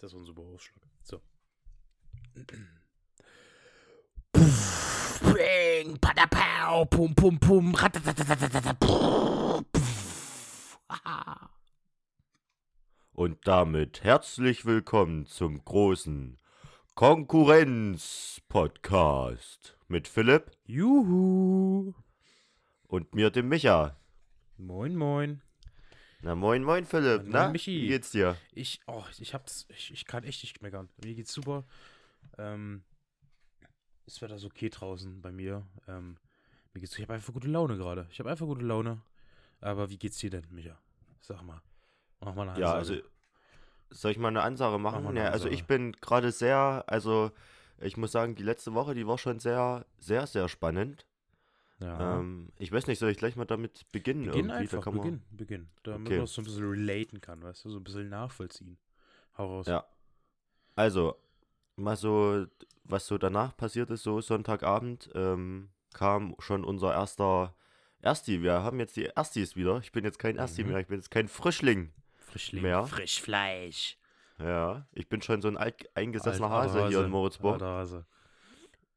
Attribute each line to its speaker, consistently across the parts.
Speaker 1: Das war ein super Aufschlag. So.
Speaker 2: Bring, padapau, pum, pum, pum, ratatatatata, puff, puff. Haha.
Speaker 3: Und damit herzlich willkommen zum großen Konkurrenz-Podcast mit Philipp
Speaker 1: Juhu.
Speaker 3: und mir, dem Micha.
Speaker 1: Moin, moin.
Speaker 3: Na moin, moin Philipp,
Speaker 1: Moin,
Speaker 3: na?
Speaker 1: Michi.
Speaker 3: Wie geht's dir?
Speaker 1: Ich, oh, ich hab's, ich, ich kann echt nicht meckern. Mir geht's super. Ähm, das Wetter ist okay draußen bei mir. Ähm, mir geht's, ich habe einfach gute Laune gerade. Ich habe einfach gute Laune. Aber wie geht's dir denn, Micha? Sag mal. Mach mal eine
Speaker 3: Ja,
Speaker 1: Ansage.
Speaker 3: also soll ich mal eine Ansage machen?
Speaker 1: mal eine
Speaker 3: ja, also ich
Speaker 1: Ansage.
Speaker 3: bin gerade sehr, also ich muss sagen, die letzte Woche, die war schon sehr, sehr, sehr spannend.
Speaker 1: ja.
Speaker 3: Ähm, ich weiß nicht, soll ich gleich mal damit beginnen?
Speaker 1: Beginn
Speaker 3: irgendwie? Da
Speaker 1: einfach,
Speaker 3: kann man-
Speaker 1: beginn, beginn. Damit
Speaker 3: Okay.
Speaker 1: man es so ein bisschen relaten kann, weißt du, so ein bisschen nachvollziehen. Hau raus.
Speaker 3: Ja. Also, mal so, was so danach passiert ist, so Sonntagabend, ähm, kam schon unser erster Ersti. Wir haben jetzt die Erstis wieder. Ich bin jetzt kein Ersti
Speaker 1: Mhm.
Speaker 3: mehr, ich bin jetzt kein Frischling
Speaker 1: Frischling.
Speaker 3: mehr.
Speaker 2: Frischfleisch.
Speaker 3: Ja, ich bin schon so ein alt, eingesessener
Speaker 1: Alter
Speaker 3: Hase, hier in Moritzburg.
Speaker 1: Alter Hase.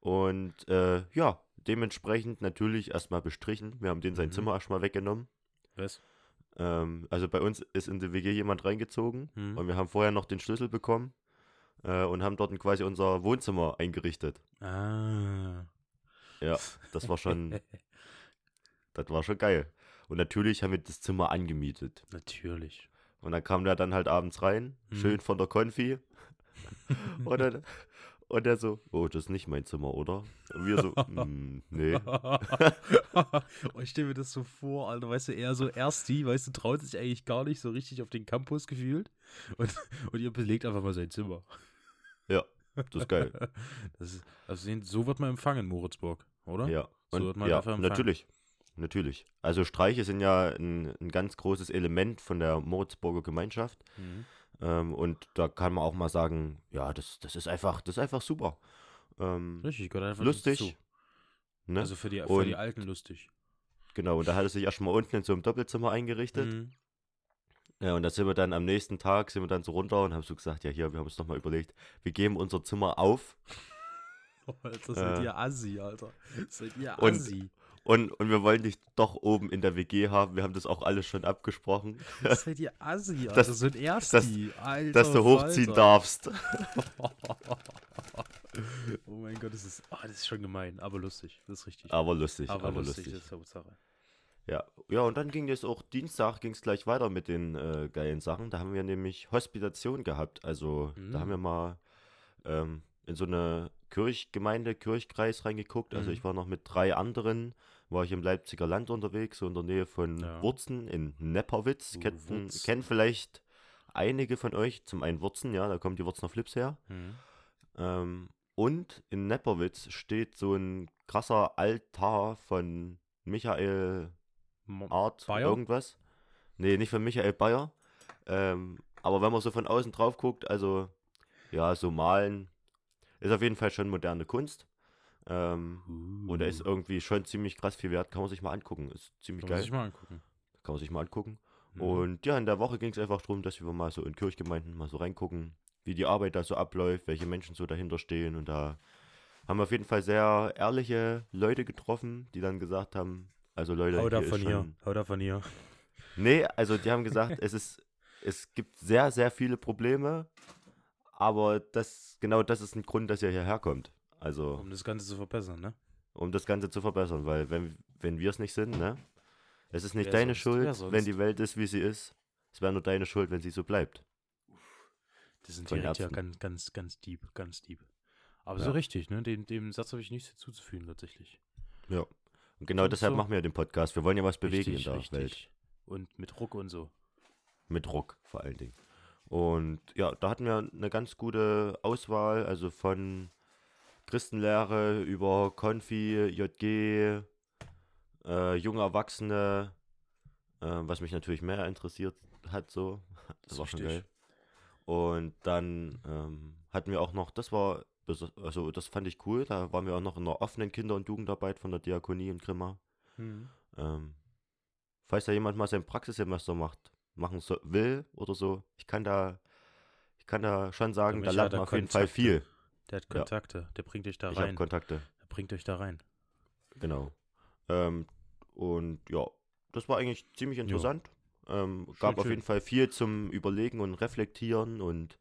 Speaker 3: Und äh, ja, dementsprechend natürlich erstmal bestrichen. Wir haben den sein
Speaker 1: Mhm.
Speaker 3: Zimmer erstmal weggenommen.
Speaker 1: Was?
Speaker 3: Ähm, also bei uns ist in die WG jemand reingezogen
Speaker 1: Hm?
Speaker 3: und wir haben vorher noch den Schlüssel bekommen äh, und haben dort quasi unser Wohnzimmer eingerichtet.
Speaker 1: Ah.
Speaker 3: Ja, das war schon, das war schon geil. Und natürlich haben wir das Zimmer angemietet.
Speaker 1: Natürlich.
Speaker 3: Und dann kam der dann halt abends rein,
Speaker 1: Mhm.
Speaker 3: schön von der Konfi. und, dann, und er so, oh, das ist nicht mein Zimmer, oder? Und wir so, "Mm, nee.
Speaker 1: oh, ich stelle mir das so vor, Alter, weißt du, eher so Ersti, weißt du, traut sich eigentlich gar nicht so richtig auf den Campus gefühlt und, und ihr belegt einfach mal sein Zimmer.
Speaker 3: Ja, das ist geil.
Speaker 1: Das ist, also so wird man empfangen in Moritzburg, oder?
Speaker 3: Ja,
Speaker 1: So
Speaker 3: und,
Speaker 1: wird man
Speaker 3: ja
Speaker 1: dafür empfangen.
Speaker 3: natürlich. Natürlich. Also Streiche sind ja ein, ein ganz großes Element von der Moritzburger Gemeinschaft.
Speaker 1: Mhm.
Speaker 3: Ähm, und da kann man auch mal sagen, ja, das, das ist einfach, das ist einfach super. Ähm,
Speaker 1: Richtig, gehört einfach
Speaker 3: lustig.
Speaker 1: dazu.
Speaker 3: ne?
Speaker 1: Also für die, für die
Speaker 3: Und-
Speaker 1: Alten lustig.
Speaker 3: Genau, und da hat er sich erstmal unten in so einem Doppelzimmer eingerichtet.
Speaker 1: Mhm.
Speaker 3: Ja, und da sind wir dann am nächsten Tag, sind wir dann so runter und haben so gesagt, ja hier, wir haben uns nochmal überlegt, wir geben unser Zimmer auf
Speaker 1: Oh, Alter, seid
Speaker 3: Äh.
Speaker 1: ihr Assi, Alter. Seid ihr
Speaker 3: Und-
Speaker 1: Assi.
Speaker 3: und, und wir wollen dich doch oben in der WG haben. Wir haben das auch alles schon abgesprochen,
Speaker 1: seid ihr Assi, Alter.
Speaker 3: dass-
Speaker 1: so ein Ersti, Alter.
Speaker 3: dass du hochziehen
Speaker 1: Falter.
Speaker 3: darfst.
Speaker 1: Oh mein Gott, das ist, ah, das ist schon gemein, aber lustig. Das ist richtig.
Speaker 3: Aber lustig, aber,
Speaker 1: lustig,
Speaker 3: lustig.
Speaker 1: ist Hauptsache.
Speaker 3: Ja. ja, und dann ging es auch Dienstag, ging es gleich weiter mit den äh, geilen Sachen. Da haben wir nämlich Hospitation gehabt. Also
Speaker 1: Mhm.
Speaker 3: da haben wir mal ähm, in so eine Kirchgemeinde, Kirchkreis reingeguckt. Also
Speaker 1: Mhm.
Speaker 3: ich war noch mit drei anderen, war ich im Leipziger Land unterwegs, so in der Nähe von
Speaker 1: Ja.
Speaker 3: Wurzen in Nepperwitz.
Speaker 1: Oh,
Speaker 3: Kennen-
Speaker 1: Wurzen.
Speaker 3: Kennen vielleicht einige von euch, zum einen Wurzen, ja, da kommen die Wurzner Flips her.
Speaker 1: Mhm.
Speaker 3: Ähm, und in Nepperwitz steht so ein krasser Altar von Michael
Speaker 1: Mo-
Speaker 3: Art
Speaker 1: Bayer?
Speaker 3: irgendwas. Nee, nicht von Michael Bayer. Ähm, aber wenn man so von außen drauf guckt, also ja, so malen ist auf jeden Fall schon moderne Kunst. Ähm, und er ist
Speaker 1: Kann
Speaker 3: irgendwie schon ziemlich krass viel wert. Kann man sich mal angucken. Ist ziemlich
Speaker 1: Mhm. man
Speaker 3: geil.
Speaker 1: sich mal angucken.
Speaker 3: Kann man sich mal angucken.
Speaker 1: Mhm.
Speaker 3: Und ja, in der Woche ging es einfach darum, dass wir mal so in Kirchgemeinden mal so reingucken, wie die Arbeit da so abläuft, welche Menschen so dahinter stehen. Und da haben wir auf jeden Fall sehr ehrliche Leute getroffen, die dann gesagt haben, also Leute,
Speaker 1: Hau da
Speaker 3: hier
Speaker 1: von
Speaker 3: ist
Speaker 1: hier,
Speaker 3: schon-
Speaker 1: hau da von hier.
Speaker 3: Nee, also die haben gesagt, es ist, es gibt sehr, sehr viele Probleme, aber das, genau das ist ein Grund, dass ihr hierher kommt. Also,
Speaker 1: Um das Ganze zu verbessern, ne?
Speaker 3: um das Ganze zu verbessern, weil wenn, wenn wir es nicht sind, ne? Es ist nicht
Speaker 1: Wer
Speaker 3: deine
Speaker 1: sonst? Wer
Speaker 3: Schuld,
Speaker 1: sonst?
Speaker 3: wenn die Welt ist, wie sie ist. Es wäre nur deine Schuld, wenn sie so bleibt.
Speaker 1: Das sind
Speaker 3: Von
Speaker 1: direkt ja
Speaker 3: Herzen.
Speaker 1: ganz, ganz, ganz deep, ganz deep. Aber so
Speaker 3: Ja.
Speaker 1: richtig, ne? Dem, dem Satz habe ich nichts hinzuzufügen, tatsächlich.
Speaker 3: Ja. Und genau
Speaker 1: Und
Speaker 3: deshalb
Speaker 1: so.
Speaker 3: machen wir den Podcast. Wir wollen ja was bewegen
Speaker 1: richtig,
Speaker 3: in der
Speaker 1: richtig.
Speaker 3: Welt.
Speaker 1: Und mit Ruck und so.
Speaker 3: Mit Ruck vor allen Dingen. Und ja, da hatten wir eine ganz gute Auswahl, also von Christenlehre über Konfi, JG, äh, junge Erwachsene, äh, was mich natürlich mehr interessiert hat, so. Das
Speaker 1: Ist
Speaker 3: war schon
Speaker 1: richtig.
Speaker 3: geil. Und dann ähm, hatten wir auch noch, das war, bes- also das fand ich cool, da waren wir auch noch in der offenen Kinder- und Jugendarbeit von der Diakonie in Grimma.
Speaker 1: Mhm.
Speaker 3: Ähm, falls da jemand mal sein Praxissemester macht, machen so, will oder so, ich kann da, ich kann da schon sagen,
Speaker 1: Micha
Speaker 3: da
Speaker 1: hat
Speaker 3: lernt
Speaker 1: da
Speaker 3: man auf jeden Fall
Speaker 1: Kontakte.
Speaker 3: viel.
Speaker 1: Der hat Kontakte, der bringt euch da
Speaker 3: Ich habe
Speaker 1: rein.
Speaker 3: Kontakte,
Speaker 1: Der bringt euch da rein.
Speaker 3: genau. Ähm, und ja, das war eigentlich ziemlich interessant. Ähm, gab auf
Speaker 1: schön.
Speaker 3: jeden Fall viel zum Überlegen und Reflektieren und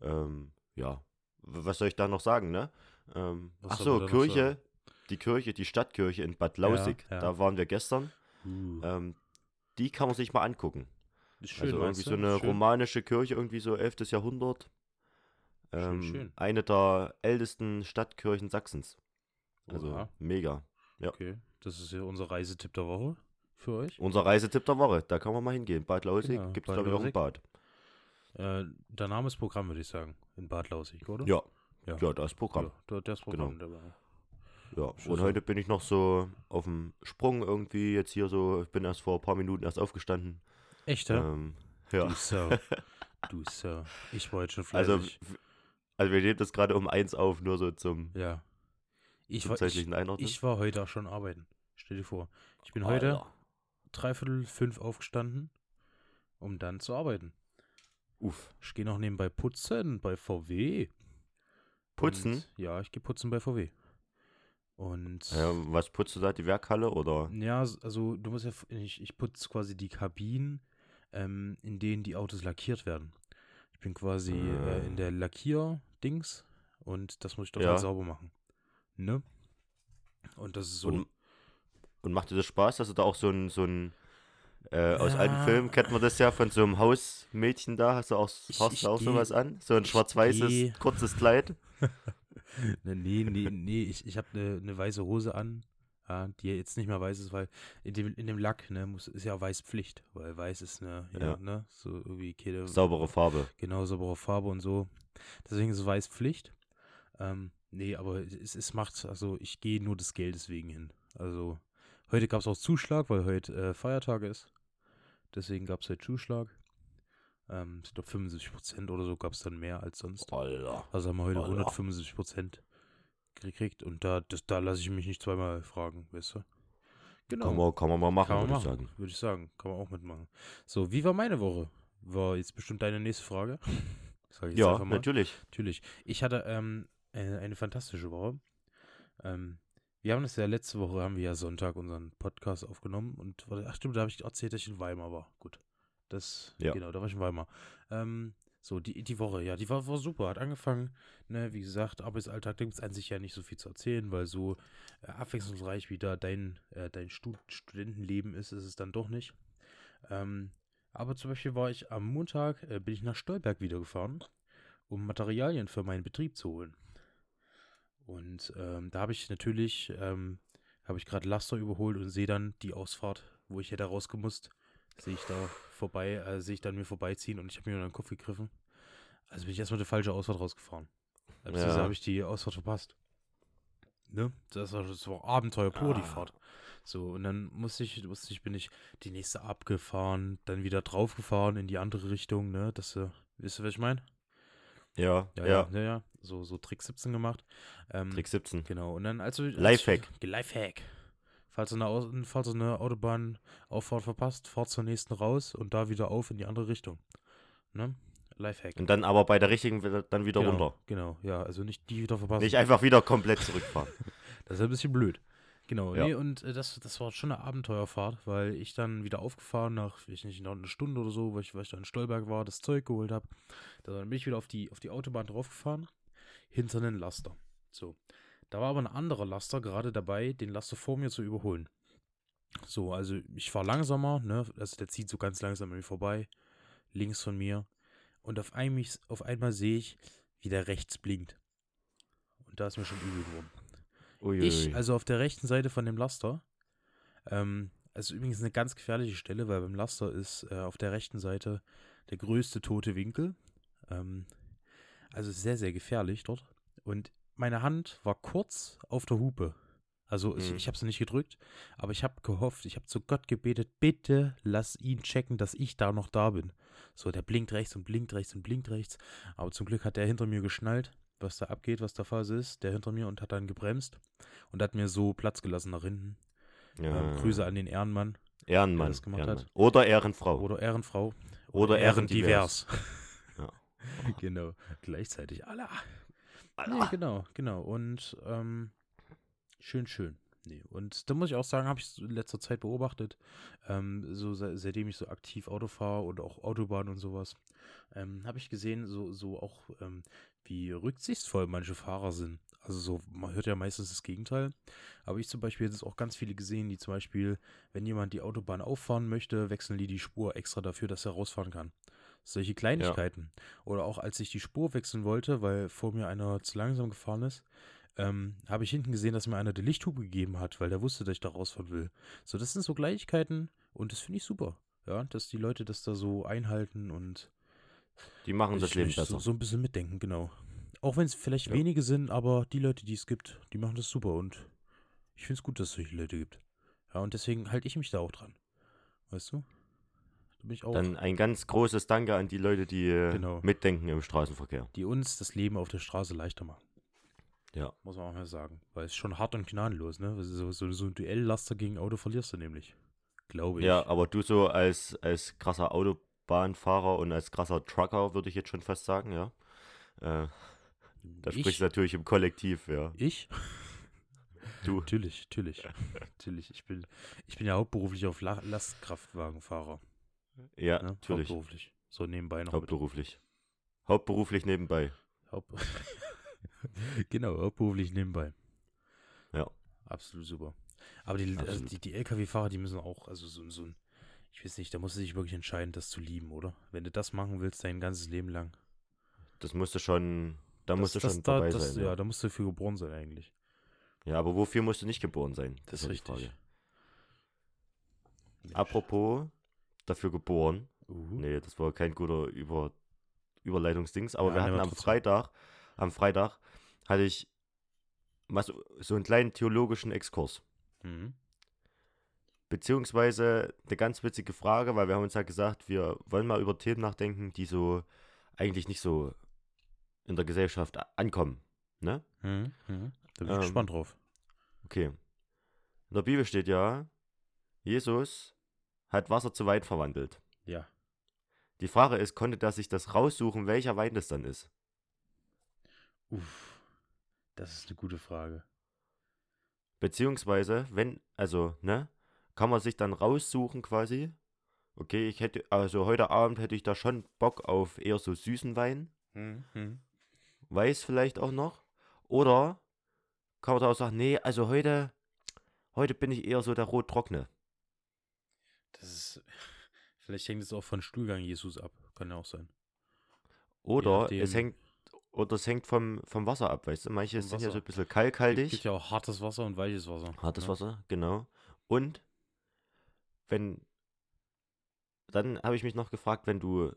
Speaker 3: ähm, ja, W- was soll ich da noch sagen, ne? Ähm,
Speaker 1: Was
Speaker 3: ach
Speaker 1: soll
Speaker 3: so,
Speaker 1: man da noch
Speaker 3: Kirche, die Kirche, die Stadtkirche in Bad Lausig,
Speaker 1: ja.
Speaker 3: da waren wir gestern.
Speaker 1: Uh.
Speaker 3: Ähm, die kann man sich mal angucken.
Speaker 1: Ist
Speaker 3: also irgendwie
Speaker 1: meinst
Speaker 3: so
Speaker 1: du?
Speaker 3: eine
Speaker 1: Schön.
Speaker 3: romanische Kirche, irgendwie so 11. Jahrhundert. Ähm,
Speaker 1: schön.
Speaker 3: Eine der ältesten Stadtkirchen Sachsens. Also
Speaker 1: Oha,
Speaker 3: mega.
Speaker 1: okay. Das ist ja unser Reisetipp der Woche für euch.
Speaker 3: Unser Reisetipp der Woche, da kann man mal hingehen. Bad Lausig
Speaker 1: Genau,
Speaker 3: gibt es,
Speaker 1: Bad
Speaker 3: glaube ich, auch ein
Speaker 1: Lausig.
Speaker 3: Bad.
Speaker 1: Äh, der Name ist Programm, würde ich sagen. In Bad Lausig, oder?
Speaker 3: Ja.
Speaker 1: Ja.
Speaker 3: ja, da ist Programm. Genau.
Speaker 1: ja da- das Programm dabei.
Speaker 3: Ja.
Speaker 1: Schön
Speaker 3: Und
Speaker 1: so.
Speaker 3: heute bin ich noch so auf dem Sprung irgendwie. Jetzt hier so, ich bin erst vor ein paar Minuten erst aufgestanden.
Speaker 1: Echt, ja?
Speaker 3: Ähm,
Speaker 1: Du
Speaker 3: ja.
Speaker 1: Sau. Du Sau. Ich war jetzt schon fleißig.
Speaker 3: Also, w- also wir nehmen das gerade um eins auf, nur so zum,
Speaker 1: ja. Ich
Speaker 3: zum
Speaker 1: war, ich,
Speaker 3: zeitlichen Einordnen.
Speaker 1: ich war heute auch schon arbeiten. Stell dir vor. Ich
Speaker 3: Ah,
Speaker 1: bin heute
Speaker 3: Alter.
Speaker 1: dreiviertel fünf aufgestanden, um dann zu arbeiten.
Speaker 3: Uff.
Speaker 1: Ich gehe noch nebenbei putzen bei VW.
Speaker 3: Putzen?
Speaker 1: Und, ja, ich gehe putzen bei VW. Und
Speaker 3: Ja, was putzt du da, die Werkhalle oder?
Speaker 1: Ja, s- also du musst ja, f- ich, ich putze quasi die Kabinen, ähm, in denen die Autos lackiert werden. Ich bin quasi äh, in der Lackier-Dings und das muss ich dort
Speaker 3: Ah. Ja.
Speaker 1: halt sauber machen. Ne? Und das ist so.
Speaker 3: Und, und macht dir das Spaß, dass du da auch so ein, so ein äh, aus
Speaker 1: Ja.
Speaker 3: alten Filmen kennt man das ja von so einem Hausmädchen da, hast du auch,
Speaker 1: Ich-
Speaker 3: hast
Speaker 1: ich
Speaker 3: du auch
Speaker 1: geh-
Speaker 3: sowas an? So ein
Speaker 1: ich
Speaker 3: schwarz-weißes,
Speaker 1: geh-
Speaker 3: kurzes Kleid.
Speaker 1: Ne, nee, nee, nee, ich, ich habe eine ne weiße Hose an, ja, die ja jetzt nicht mehr weiß ist, weil in dem, in dem Lack, ne, muss, ist ja weiß Pflicht, weil weiß ist ne, ja,
Speaker 3: Ja.
Speaker 1: ne, so irgendwie keine
Speaker 3: Saubere Farbe.
Speaker 1: Genau, saubere Farbe und so. Deswegen ist weiß Pflicht. Ähm, nee, aber es, es macht, also ich gehe nur des Geldes wegen hin. Also heute gab es auch Zuschlag, weil heute äh, Feiertag ist. Deswegen gab es heute Zuschlag. Ähm, ich glaube 75% oder so gab es dann mehr als sonst.
Speaker 3: Alter.
Speaker 1: Also haben wir heute
Speaker 3: Alter.
Speaker 1: 175% gekriegt und da, das, da lasse ich mich nicht zweimal fragen, weißt du? Genau.
Speaker 3: Kann man, kann man mal machen,
Speaker 1: Kann man
Speaker 3: würde ich
Speaker 1: machen,
Speaker 3: sagen.
Speaker 1: Würde ich sagen, kann man auch mitmachen. So, wie war meine Woche? War jetzt bestimmt deine nächste Frage. Sag ich jetzt
Speaker 3: Ja,
Speaker 1: einfach mal.
Speaker 3: natürlich.
Speaker 1: natürlich. Ich hatte ähm, eine, eine fantastische Woche. Ähm, wir haben das ja letzte Woche, haben wir ja Sonntag unseren Podcast aufgenommen und warte, ach stimmt, da habe ich erzählt, dass ich in Weimar war. Gut. Das,
Speaker 3: Ja.
Speaker 1: genau, da war ich in Weimar. Ähm, so, die, die Woche, ja, die war, war super, hat angefangen, ne, wie gesagt, Arbeitsalltag, da gibt es an sich ja nicht so viel zu erzählen, weil so äh, abwechslungsreich wie da dein, äh, dein Stu Studentenleben ist, ist es dann doch nicht. Ähm, aber zum Beispiel war ich am Montag, äh, bin ich nach Stolberg wieder gefahren, um Materialien für meinen Betrieb zu holen. Und ähm, da habe ich natürlich, ähm, habe ich gerade Laster überholt und sehe dann die Ausfahrt, wo ich hätte rausgemusst, sehe ich da vorbei, äh, sehe ich dann mir vorbeiziehen und ich habe mir nur in den Kopf gegriffen. Also bin ich erstmal die falsche Ausfahrt rausgefahren. Also
Speaker 3: Ja.
Speaker 1: habe ich die Ausfahrt verpasst. Ne? Das war, das war Abenteuer pur, die
Speaker 3: Ah.
Speaker 1: Fahrt. So, und dann musste ich, musste ich, bin ich die nächste abgefahren, dann wieder draufgefahren in die andere Richtung, ne? Das, äh, wisst ihr, was ich meine?
Speaker 3: Ja, ja.
Speaker 1: ja, ja, ja. So, so Trick 17 gemacht. Ähm,
Speaker 3: Trick 17.
Speaker 1: Genau, und dann also...
Speaker 3: Lifehack.
Speaker 1: Lifehack. Falls ihr eine, Au- falls ihr eine Autobahnauffahrt verpasst, fahrt zur nächsten raus und da wieder auf in die andere Richtung. Ne? Lifehack.
Speaker 3: Und dann aber bei der richtigen wieder- dann wieder
Speaker 1: genau,
Speaker 3: runter.
Speaker 1: Genau, ja, also nicht die wieder verpassen.
Speaker 3: Nicht einfach wieder komplett zurückfahren.
Speaker 1: Das ist ein bisschen blöd. Genau,
Speaker 3: Ja.
Speaker 1: nee, und äh, das, das war schon eine Abenteuerfahrt, weil ich dann wieder aufgefahren nach, weiß ich nicht, noch eine Stunde oder so, weil ich, weil ich da in Stolberg war, das Zeug geholt habe. Dann bin ich wieder auf die, auf die Autobahn draufgefahren, hinter einen Laster. So. Da war aber ein anderer Laster gerade dabei, den Laster vor mir zu überholen. So, also ich fahre langsamer, ne? Also der zieht so ganz langsam an mir vorbei, links von mir. Und auf einmal, auf einmal sehe ich, wie der rechts blinkt. Und da ist mir schon übel geworden. Ich,
Speaker 3: Uiuiui.
Speaker 1: also auf der rechten Seite von dem Laster, ähm, also übrigens eine ganz gefährliche Stelle, weil beim Laster ist äh, auf der rechten Seite der größte tote Winkel. Ähm, also sehr, sehr gefährlich dort. Und meine Hand war kurz auf der Hupe. Also ich,
Speaker 3: Mhm.
Speaker 1: ich habe sie nicht gedrückt, aber ich habe gehofft, ich habe zu Gott gebetet, bitte lass ihn checken, dass ich da noch da bin. So, der blinkt rechts und blinkt rechts und blinkt rechts. Aber zum Glück hat der hinter mir geschnallt, was da abgeht, was da Phase ist, der hinter mir und hat dann gebremst und hat mir so Platz gelassen nach hinten.
Speaker 3: ja.
Speaker 1: Ähm, Grüße an den Ehrenmann
Speaker 3: Ehrenmann.
Speaker 1: das gemacht hat.
Speaker 3: Ehrenmann. Oh. Oder Ehrenfrau.
Speaker 1: oder Ehrenfrau
Speaker 3: Oder ehrendivers.
Speaker 1: ehrendivers. genau. Gleichzeitig. Allah. Nee,
Speaker 3: Allah.
Speaker 1: genau, genau. Und ähm, schön, schön. Nee. Und da muss ich auch sagen, habe ich so in letzter Zeit beobachtet, ähm, so se seitdem ich so aktiv Auto fahre und auch Autobahn und sowas, ähm, habe ich gesehen, so, so auch, ähm, wie rücksichtsvoll manche Fahrer sind. Also so, man hört ja meistens das Gegenteil. Aber ich zum Beispiel hätte es auch ganz viele gesehen, die zum Beispiel, wenn jemand die Autobahn auffahren möchte, wechseln die die Spur extra dafür, dass er rausfahren kann. Solche Kleinigkeiten. Oder auch als ich die Spur wechseln wollte, weil vor mir einer zu langsam gefahren ist, ähm, habe ich hinten gesehen, dass mir einer die Lichthube gegeben hat, weil der wusste, dass ich da rausfahren will. So, das sind so Kleinigkeiten und das finde ich super. Ja, dass die Leute das da so einhalten und
Speaker 3: Die machen das
Speaker 1: ich-
Speaker 3: Leben
Speaker 1: ich so,
Speaker 3: besser.
Speaker 1: so ein bisschen mitdenken, genau. Auch wenn es vielleicht
Speaker 3: Ja.
Speaker 1: wenige sind, aber die Leute, die es gibt, die machen das super und ich finde es gut, dass es solche Leute gibt. Ja, und deswegen halte ich mich da auch dran. Weißt du? Da bin ich auch.
Speaker 3: Dann ein ganz großes Danke an die Leute, die äh,
Speaker 1: Genau.
Speaker 3: mitdenken im Straßenverkehr.
Speaker 1: die uns das Leben auf der Straße leichter machen.
Speaker 3: Ja.
Speaker 1: Muss man auch mal sagen. Weil es ist schon hart und gnadenlos, ne? So, so, so ein Duelllaster gegen Auto verlierst du nämlich. Glaube ich.
Speaker 3: Ja, aber du so als, als krasser Autobahnfahrer und als krasser Trucker, würde ich jetzt schon fast sagen, ja. Äh, da
Speaker 1: ich,
Speaker 3: sprichst du natürlich im Kollektiv, ja.
Speaker 1: ich?
Speaker 3: Du.
Speaker 1: Natürlich, natürlich. natürlich. Ich bin, ich bin ja hauptberuflich auf La Lastkraftwagenfahrer.
Speaker 3: Ja,
Speaker 1: Ne?
Speaker 3: natürlich.
Speaker 1: Hauptberuflich. So nebenbei noch. mit.
Speaker 3: Hauptberuflich. Hauptberuflich nebenbei.
Speaker 1: Haupt genau, hauptberuflich nebenbei.
Speaker 3: Ja.
Speaker 1: Absolut super. Aber die, also
Speaker 3: Absolut.
Speaker 1: die, die LKW-Fahrer, die müssen auch, also so, so ein, ich weiß nicht, da musst du dich wirklich entscheiden, das zu lieben, oder? Wenn du das machen willst, dein ganzes Leben lang.
Speaker 3: Das musste schon, da
Speaker 1: Das-
Speaker 3: musste
Speaker 1: das,
Speaker 3: schon
Speaker 1: da,
Speaker 3: dabei
Speaker 1: das,
Speaker 3: sein.
Speaker 1: Ja,
Speaker 3: Ja.
Speaker 1: da musst du für geboren sein eigentlich.
Speaker 3: ja, aber wofür musst du nicht geboren sein?
Speaker 1: Das,
Speaker 3: ja
Speaker 1: ist
Speaker 3: die
Speaker 1: richtig.
Speaker 3: Frage. Apropos dafür geboren.
Speaker 1: Uhu.
Speaker 3: Nee, das war kein guter Über Überleitungsdings. Aber
Speaker 1: Ja,
Speaker 3: wir
Speaker 1: nehmen wir
Speaker 3: hatten am
Speaker 1: trotzdem.
Speaker 3: Freitag, am Freitag hatte ich mal so, so einen kleinen theologischen Exkurs.
Speaker 1: Mhm.
Speaker 3: Beziehungsweise eine ganz witzige Frage, weil wir haben uns ja gesagt, wir wollen mal über Themen nachdenken, die so eigentlich nicht so in der Gesellschaft a- ankommen. Ne?
Speaker 1: Mhm. Mhm. Da bin ich
Speaker 3: Ähm,
Speaker 1: gespannt drauf.
Speaker 3: Okay. In der Bibel steht ja, Jesus hat Wasser zu Wein verwandelt.
Speaker 1: Ja.
Speaker 3: Die Frage ist, konnte der sich das raussuchen, welcher Wein das dann ist?
Speaker 1: Uff. Das ist eine gute Frage.
Speaker 3: Beziehungsweise, wenn, also, ne, kann man sich dann raussuchen quasi. Okay, ich hätte, also heute Abend hätte ich da schon Bock auf eher so süßen Wein.
Speaker 1: Mhm.
Speaker 3: Weiß vielleicht auch noch. Oder kann man da auch sagen, nee, also heute, heute bin ich eher so der Rottrockene.
Speaker 1: Das ist. Vielleicht hängt es auch von Stuhlgang Jesus ab. Kann ja auch sein.
Speaker 3: Oder
Speaker 1: nachdem.
Speaker 3: es hängt, oder es hängt vom, vom Wasser ab, weißt du? Manche
Speaker 1: Vom
Speaker 3: sind ja so
Speaker 1: Wasser.
Speaker 3: ein bisschen
Speaker 1: Es
Speaker 3: kalkhaltig.
Speaker 1: gibt ja auch hartes Wasser und weiches Wasser.
Speaker 3: Halt Hartes
Speaker 1: ne?
Speaker 3: Wasser, genau. Und wenn, dann habe ich mich noch gefragt, wenn du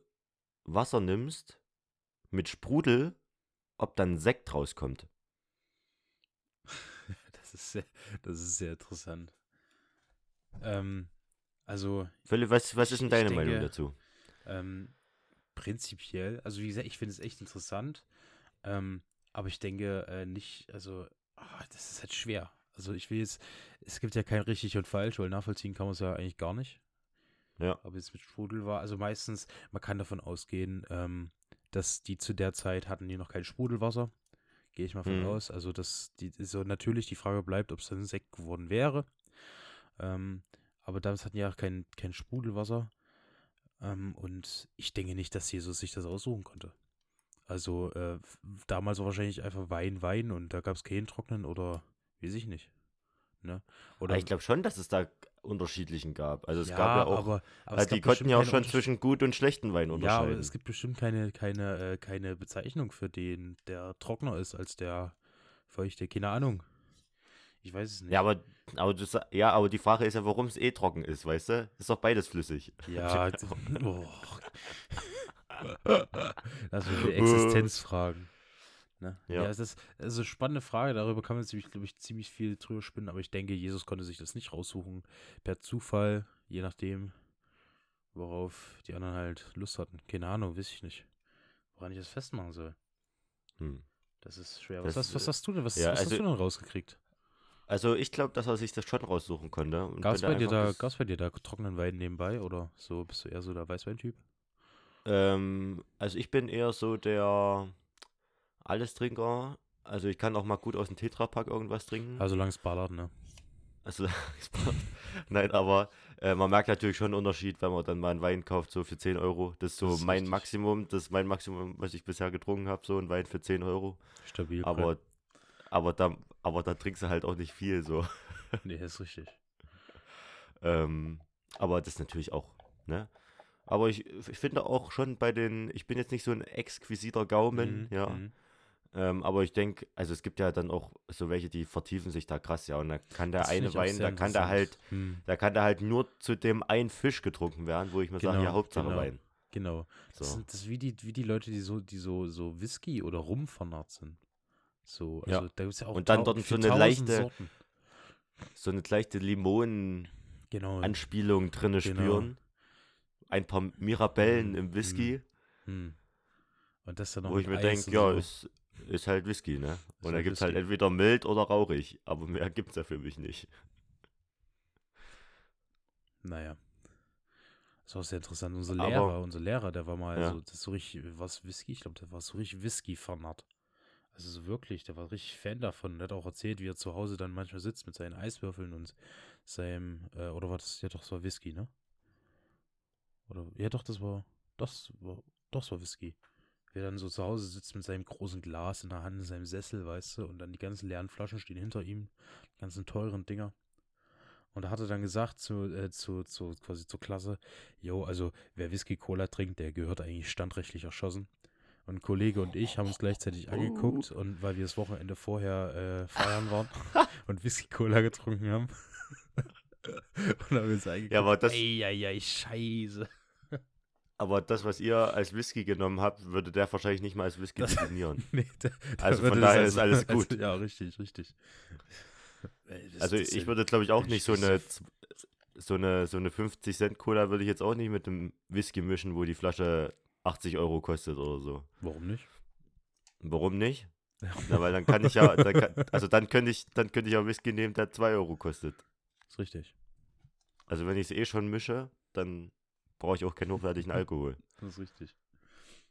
Speaker 3: Wasser nimmst mit Sprudel, ob dann Sekt rauskommt.
Speaker 1: Das ist sehr, das ist sehr interessant. Ähm, also,
Speaker 3: Völle, was, was
Speaker 1: Ich-
Speaker 3: ist denn
Speaker 1: ich
Speaker 3: deine
Speaker 1: denke-
Speaker 3: Meinung dazu?
Speaker 1: Ähm, prinzipiell, also wie gesagt, ich finde es echt interessant, ähm, aber ich denke äh, nicht, also ah, das ist halt schwer. Also ich will jetzt, es gibt ja kein richtig und falsch, weil nachvollziehen kann man es ja eigentlich gar nicht.
Speaker 3: Ja.
Speaker 1: Ob jetzt mit Sprudel war, also meistens, man kann davon ausgehen, ähm, dass die zu der Zeit hatten die noch kein Sprudelwasser. Gehe ich mal von
Speaker 3: Mhm.
Speaker 1: aus. Also, dass die, so natürlich die Frage bleibt, ob es dann Sekt geworden wäre. Ähm, aber damals hatten die ja kein, kein Sprudelwasser. Ähm, und ich denke nicht, dass Jesus sich das aussuchen konnte. Also äh, f- damals war wahrscheinlich einfach Wein, Wein und da gab es keinen trockenen oder weiß ich nicht. Ne? Oder
Speaker 3: Aber Ah, ich glaube schon, dass es da unterschiedlichen gab. Also es
Speaker 1: ja,
Speaker 3: gab ja auch,
Speaker 1: aber, aber es
Speaker 3: also
Speaker 1: gab
Speaker 3: die konnten
Speaker 1: bestimmt
Speaker 3: ja auch
Speaker 1: keine
Speaker 3: schon
Speaker 1: Unterschied-
Speaker 3: zwischen gut und schlechten Wein
Speaker 1: Ja, aber
Speaker 3: unterscheiden.
Speaker 1: es gibt bestimmt keine, keine, äh, keine Bezeichnung für den, der trockener ist als der feuchte. Keine Ahnung. Ich weiß es nicht.
Speaker 3: ja, aber, aber du, sa- ja, aber die Frage ist ja, warum es eh trocken ist, weißt du? Ist doch beides flüssig.
Speaker 1: Ja, d- oh. Lass mich die Existenz fragen. Ne? Ja.
Speaker 3: Ja.
Speaker 1: es ist es ist eine spannende Frage. Darüber kann man ziemlich, glaube ich, ziemlich viel drüber spinnen. Aber ich denke, Jesus konnte sich das nicht raussuchen. Per Zufall, je nachdem, worauf die anderen halt Lust hatten. Keine Ahnung, weiß ich nicht. Woran ich das festmachen soll.
Speaker 3: Hm.
Speaker 1: Das ist schwer. Was,
Speaker 3: Das,
Speaker 1: hast, was hast du denn? Was,
Speaker 3: ja,
Speaker 1: was hast
Speaker 3: also-
Speaker 1: du denn rausgekriegt?
Speaker 3: Also ich glaube, dass er sich das schon raussuchen konnte. und
Speaker 1: Gab es
Speaker 3: konnte
Speaker 1: bei, dir
Speaker 3: einfach
Speaker 1: da-
Speaker 3: das-
Speaker 1: gab's bei dir da trockenen Wein nebenbei oder so? Bist du eher so der Weißweintyp?
Speaker 3: Ähm, also ich bin eher so der Alles-Trinker. Also ich kann auch mal gut aus dem Tetrapack irgendwas trinken.
Speaker 1: Also solange es ballert, ne?
Speaker 3: Also, es macht- Nein, aber äh, man merkt natürlich schon einen Unterschied, wenn man dann mal einen Wein kauft, so für 10 Euro. Das ist so
Speaker 1: Das ist
Speaker 3: mein
Speaker 1: richtig.
Speaker 3: Maximum, das ist mein Maximum, was ich bisher getrunken habe, so ein Wein für 10 Euro.
Speaker 1: Stabil.
Speaker 3: Aber, aber, da, aber da trinkst du halt auch nicht viel so.
Speaker 1: Brett. Nee, ist richtig.
Speaker 3: Ähm, aber das ist natürlich auch, ne? Aber ich, ich finde auch schon bei den, ich bin jetzt nicht so ein exquisiter Gaumen,
Speaker 1: Mhm,
Speaker 3: ja.
Speaker 1: mhm.
Speaker 3: Ähm, aber ich denke, also es gibt ja dann auch so welche, die vertiefen sich da krass, ja. Und da kann der
Speaker 1: Das find
Speaker 3: eine
Speaker 1: ich auch
Speaker 3: Wein,
Speaker 1: sehr
Speaker 3: da kann der halt
Speaker 1: interessant. Hm,
Speaker 3: Da kann da halt nur zu dem einen Fisch getrunken werden, wo ich mir sage,
Speaker 1: Genau,
Speaker 3: ja, Hauptsache
Speaker 1: genau.
Speaker 3: Wein.
Speaker 1: genau.
Speaker 3: So.
Speaker 1: Das sind das ist wie die, wie die Leute, die so, die so, so Whisky oder Rum vernarrt sind. So,
Speaker 3: Ja.
Speaker 1: also da gibt es ja auch
Speaker 3: Und dann
Speaker 1: tau-
Speaker 3: dort so
Speaker 1: für
Speaker 3: eine
Speaker 1: 1000
Speaker 3: leichte-
Speaker 1: Sorten.
Speaker 3: So eine leichte Limonen-Anspielung
Speaker 1: Genau.
Speaker 3: drinne
Speaker 1: Genau.
Speaker 3: spüren. Ein paar Mirabellen
Speaker 1: Mhm,
Speaker 3: im Whisky,
Speaker 1: Hm. Und das dann noch
Speaker 3: wo ich
Speaker 1: mit
Speaker 3: mir
Speaker 1: Eis
Speaker 3: denke,
Speaker 1: und
Speaker 3: ja,
Speaker 1: so.
Speaker 3: ist, ist halt Whisky, ne? Und da
Speaker 1: halt
Speaker 3: gibt es halt
Speaker 1: Whisky.
Speaker 3: entweder mild oder rauchig, aber mehr gibt es ja für mich nicht.
Speaker 1: Naja. Ist auch sehr interessant. Unser
Speaker 3: Aber-
Speaker 1: Lehrer, unser Lehrer, der war mal
Speaker 3: Ja.
Speaker 1: so, das ist so richtig, was Whisky, ich glaube, der war so richtig Whisky-Fanat. Also so wirklich, der war richtig Fan davon. Der hat auch erzählt, wie er zu Hause dann manchmal sitzt mit seinen Eiswürfeln und seinem, äh, oder war das, ja doch, das war Whisky, ne? Oder, ja doch, das war, das war, doch, das war Whisky. Wie er dann so zu Hause sitzt mit seinem großen Glas in der Hand, in seinem Sessel, weißt du, und dann die ganzen leeren Flaschen stehen hinter ihm, die ganzen teuren Dinger. Und da hat er dann gesagt zu, äh, zu, zu quasi zur Klasse, jo, also wer Whisky Cola trinkt, der gehört eigentlich standrechtlich erschossen. Und ein Kollege und ich haben uns gleichzeitig angeguckt
Speaker 3: Oh.
Speaker 1: und weil wir das Wochenende vorher äh, feiern waren und Whisky Cola getrunken haben. und haben wir uns angeguckt.
Speaker 3: Ja, aber das,
Speaker 1: Eieiei, scheiße.
Speaker 3: aber das, was ihr als Whisky genommen habt, würde der wahrscheinlich nicht mal als Whisky
Speaker 1: Das-
Speaker 3: definieren.
Speaker 1: Nee, da, da
Speaker 3: Also von
Speaker 1: würde es
Speaker 3: daher ist alles
Speaker 1: als-
Speaker 3: gut.
Speaker 1: ja, richtig, richtig. Ey, das-
Speaker 3: Also
Speaker 1: das
Speaker 3: ich
Speaker 1: sind-
Speaker 3: würde, glaube ich, auch nicht so
Speaker 1: Richtig
Speaker 3: eine, z- so eine, so eine 50 Cent Cola würde ich jetzt auch nicht mit einem Whisky mischen, wo die Flasche 80 Euro kostet oder so.
Speaker 1: Warum nicht?
Speaker 3: Warum nicht? Na, weil dann kann ich ja, dann kann, also dann könnte ich, dann könnte ich ja Whisky nehmen, der 2 Euro kostet.
Speaker 1: Ist richtig.
Speaker 3: Also wenn ich es eh schon mische, dann brauche ich auch keinen hochwertigen Alkohol.
Speaker 1: Das ist richtig.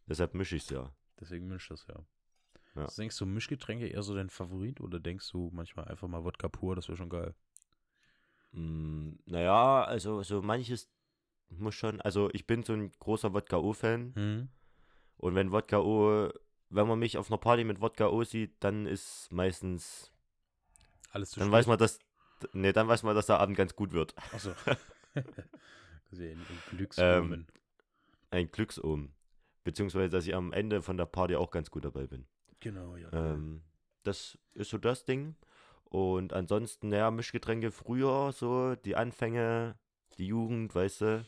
Speaker 3: Deshalb mische ich es ja.
Speaker 1: Deswegen mischt das ja.
Speaker 3: Ja.
Speaker 1: Also denkst du Mischgetränke eher so dein Favorit oder denkst du manchmal einfach mal Wodka pur, das wäre schon geil?
Speaker 3: Mm, naja, also so manches muss schon, also ich bin so ein großer Wodka-O-Fan.
Speaker 1: Hm?
Speaker 3: Und wenn Wodka O, wenn man mich auf einer Party mit Wodka O sieht, dann ist meistens,
Speaker 1: Alles zu
Speaker 3: dann weiß man, dass, nee, dann weiß man, dass der Abend ganz gut wird.
Speaker 1: Achso. Gesehen,
Speaker 3: Ähm,
Speaker 1: Glücksformen.
Speaker 3: Ein Glücksohm. Beziehungsweise, dass ich am Ende von der Party auch ganz gut dabei bin.
Speaker 1: genau, ja.
Speaker 3: Ähm, das ist so das Ding. Und ansonsten, naja, Mischgetränke früher, so die Anfänge, die Jugend, weißt du,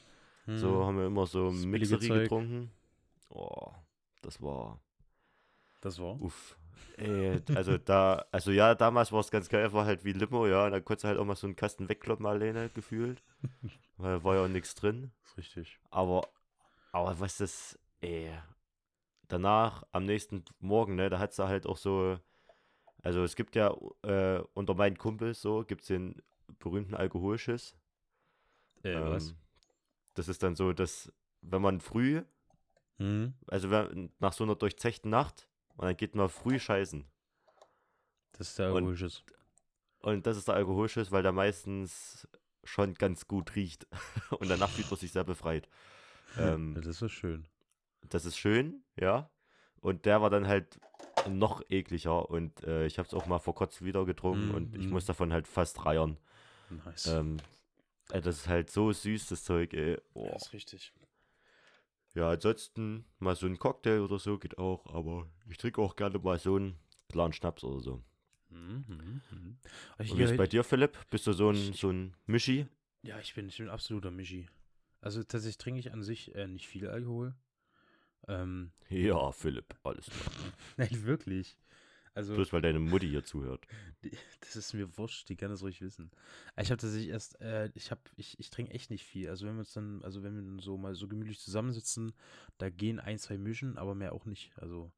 Speaker 1: Hm.
Speaker 3: so haben wir immer so
Speaker 1: Das billige
Speaker 3: Mixerie
Speaker 1: Zeug.
Speaker 3: getrunken. Oh, das war
Speaker 1: das war.
Speaker 3: Uff. Ey, also da, also ja, damals war es ganz geil, war halt wie Limo, ja, und da konntest du halt auch mal so einen Kasten wegkloppen alleine gefühlt, weil war ja auch nichts drin,
Speaker 1: ist richtig.
Speaker 3: aber, aber was das, ey, danach, am nächsten Morgen, ne, da hat's da halt auch so, also es gibt ja äh, unter meinen Kumpels so, gibt's den berühmten Alkoholschiss,
Speaker 1: Äh,
Speaker 3: ähm,
Speaker 1: was?
Speaker 3: das ist dann so, dass, wenn man früh,
Speaker 1: Hm.
Speaker 3: also wenn, nach so einer durchzechten Nacht, und dann geht man früh scheißen.
Speaker 1: Das ist der
Speaker 3: Und-
Speaker 1: Alkoholisches.
Speaker 3: Und das ist der Alkoholschiss, weil der meistens schon ganz gut riecht. Und danach fühlt man sich sehr befreit.
Speaker 1: Ja,
Speaker 3: Ähm,
Speaker 1: das ist schön.
Speaker 3: das ist schön, ja. Und der war dann halt noch ekliger. Und äh, ich habe es auch mal vor kurzem wieder getrunken
Speaker 1: Mm,
Speaker 3: und ich
Speaker 1: mm.
Speaker 3: muss davon halt fast reiern.
Speaker 1: Nice.
Speaker 3: Ähm, äh, das ist halt so süß, das Zeug, ey.
Speaker 1: Ja,
Speaker 3: Oh.
Speaker 1: ist richtig.
Speaker 3: Ja, ansonsten mal so ein Cocktail oder so geht auch. Aber ich trinke auch gerne mal so einen klaren Schnaps oder so.
Speaker 1: Mhm, mhm, mhm.
Speaker 3: Und wie ist bei dir, Philipp? Bist du so ein,
Speaker 1: Ich-
Speaker 3: so ein Mischi?
Speaker 1: Ja, ich bin, ich bin absoluter Mischi. Also tatsächlich trinke ich an sich äh, nicht viel Alkohol. Ähm,
Speaker 3: Ja, Philipp, alles klar.
Speaker 1: nein, wirklich. Also,
Speaker 3: Bloß weil deine Mutti hier zuhört.
Speaker 1: Die- Das ist mir wurscht, die kann das ruhig wissen. Ich habe tatsächlich erst, äh, ich habe, ich, ich trinke echt nicht viel. Also wenn wir uns dann, also wenn wir dann so mal so gemütlich zusammensitzen, da gehen ein, zwei Mischen, aber mehr auch nicht. Also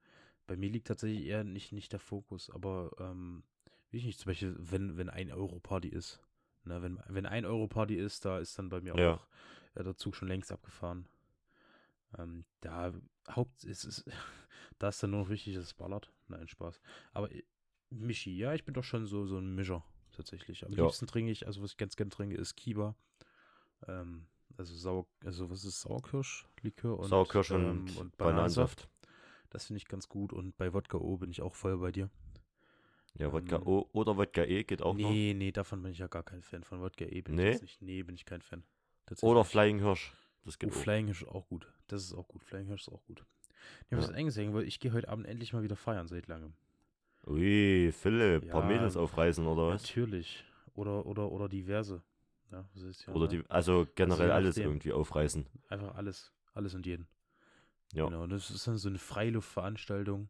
Speaker 1: bei mir liegt tatsächlich eher nicht, nicht der Fokus, aber ähm, wie ich nicht, zum Beispiel, wenn, wenn ein Euro-Party ist. Ne, wenn, wenn ein Euro-Party ist, da ist dann bei mir
Speaker 3: Ja.
Speaker 1: auch äh, der Zug schon längst abgefahren. Ähm, da Haupt ist es, da ist dann nur noch wichtig, dass es ballert. Nein, Spaß. Aber äh, Michi, ja, ich bin doch schon so, so ein Mischer tatsächlich. Am
Speaker 3: Ja.
Speaker 1: liebsten trinke ich, also was ich ganz gern trinke, ist Kiba. Ähm, also Sau, also was ist Sauerkirschlikör und
Speaker 3: Sauerkirsch und,
Speaker 1: ähm,
Speaker 3: Bananensaft.
Speaker 1: Das finde ich ganz gut und bei Wodka O bin ich auch voll bei dir.
Speaker 3: Ja, Wodka
Speaker 1: Ähm,
Speaker 3: O oder Wodka E geht auch
Speaker 1: nee, nee, davon bin ich ja gar kein Fan. Von Wodka E bin
Speaker 3: Nee?
Speaker 1: ich jetzt nicht. Nee, bin ich kein Fan.
Speaker 3: noch. Oder
Speaker 1: Tatsächlich.
Speaker 3: Flying Hirsch. Das
Speaker 1: Oh,
Speaker 3: geht auch.
Speaker 1: Flying Hirsch ist auch gut. Das ist auch gut. Flying Hirsch ist auch gut. Ich muss
Speaker 3: Ja.
Speaker 1: eigentlich sagen, weil ich gehe heute Abend endlich mal wieder feiern seit langem.
Speaker 3: Ui, Philipp, paar
Speaker 1: Ja,
Speaker 3: Mädels aufreißen oder was?
Speaker 1: Natürlich. Oder, oder, oder diverse. Ja, was ist ja,
Speaker 3: Oder
Speaker 1: ne?
Speaker 3: die, also generell alles
Speaker 1: nachdem.
Speaker 3: irgendwie aufreißen.
Speaker 1: Einfach alles. Alles und jeden.
Speaker 3: Ja.
Speaker 1: Genau. Das ist dann so eine Freiluftveranstaltung.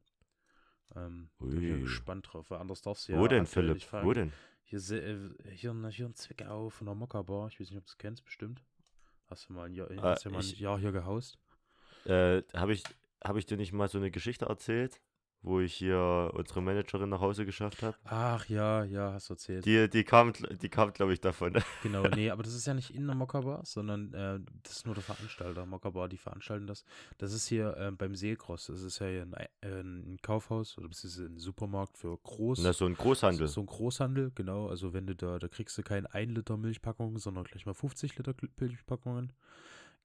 Speaker 1: Ähm, da bin ich ja
Speaker 3: Ui.
Speaker 1: gespannt drauf, weil anders darfst du ja.
Speaker 3: Wo denn,
Speaker 1: aktuell
Speaker 3: Philipp?
Speaker 1: nicht feiern
Speaker 3: Wo
Speaker 1: gehen.
Speaker 3: denn?
Speaker 1: Hier, se- äh, hier, in- hier in Zwickau von der Mokka-Bar. Ich weiß nicht, ob du es kennst, bestimmt. Hast du mal ein Jahr, hast du mal ein
Speaker 3: ich-
Speaker 1: Jahr hier gehaust?
Speaker 3: Äh, habe ich, hab ich dir nicht mal so eine Geschichte erzählt, wo ich hier unsere Managerin nach Hause geschafft habe?
Speaker 1: Ach ja, ja, hast du erzählt.
Speaker 3: Die, die kam, gl- die kam glaube ich, davon.
Speaker 1: Genau, nee, aber das ist ja nicht in der Mokka-Bar, sondern äh, das ist nur der Veranstalter. Mokka-Bar, die veranstalten das. Das ist hier ähm, beim Seelcross. Das ist ja hier ein, Ei- äh, ein Kaufhaus oder beziehungsweise ein Supermarkt für Groß.
Speaker 3: Na, so ein
Speaker 1: so,
Speaker 3: Großhandel.
Speaker 1: so ein Großhandel, genau. Also wenn du da, da kriegst du keine 1 Liter Milchpackung, sondern gleich mal 50 Liter Gl- Milchpackungen.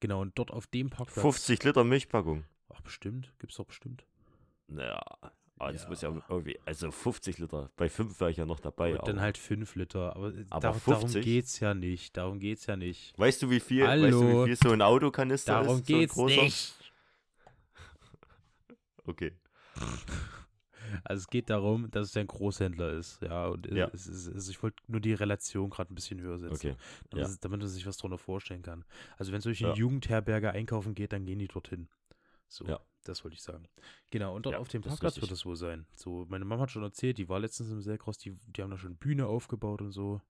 Speaker 1: Genau, und dort auf dem Parkplatz.
Speaker 3: 50 Liter Milchpackung.
Speaker 1: Ach, bestimmt. Gibt's doch bestimmt.
Speaker 3: Naja, aber das muss ja
Speaker 1: Ja.
Speaker 3: irgendwie, also 50 Liter. Bei 5 wäre ich ja noch dabei.
Speaker 1: Und dann
Speaker 3: aber-
Speaker 1: halt 5 Liter. Aber, äh,
Speaker 3: Aber
Speaker 1: dar-
Speaker 3: 50?
Speaker 1: darum geht's ja nicht. Darum geht's ja nicht.
Speaker 3: Weißt du, wie viel,
Speaker 1: Hallo.
Speaker 3: weißt du, wie viel so ein Autokanister
Speaker 1: Darum
Speaker 3: ist?
Speaker 1: geht's
Speaker 3: so ein großer?
Speaker 1: nicht.
Speaker 3: Okay.
Speaker 1: Also es geht darum, dass es ein Großhändler ist. Ja, und
Speaker 3: Ja.
Speaker 1: Es ist, also ich wollte nur die Relation gerade ein bisschen höher setzen,
Speaker 3: Okay.
Speaker 1: damit,
Speaker 3: ja.
Speaker 1: es- damit man sich was drunter vorstellen kann. Also wenn solche
Speaker 3: Ja.
Speaker 1: Jugendherberge einkaufen geht, dann gehen die dorthin. So,
Speaker 3: Ja.
Speaker 1: das wollte ich sagen. Genau, und dort
Speaker 3: Ja,
Speaker 1: auf dem
Speaker 3: das ist
Speaker 1: Parkplatz wird
Speaker 3: richtig.
Speaker 1: es wohl sein. So, meine Mama hat schon erzählt, die war letztens im Selkross, die, die haben da schon Bühne aufgebaut und so.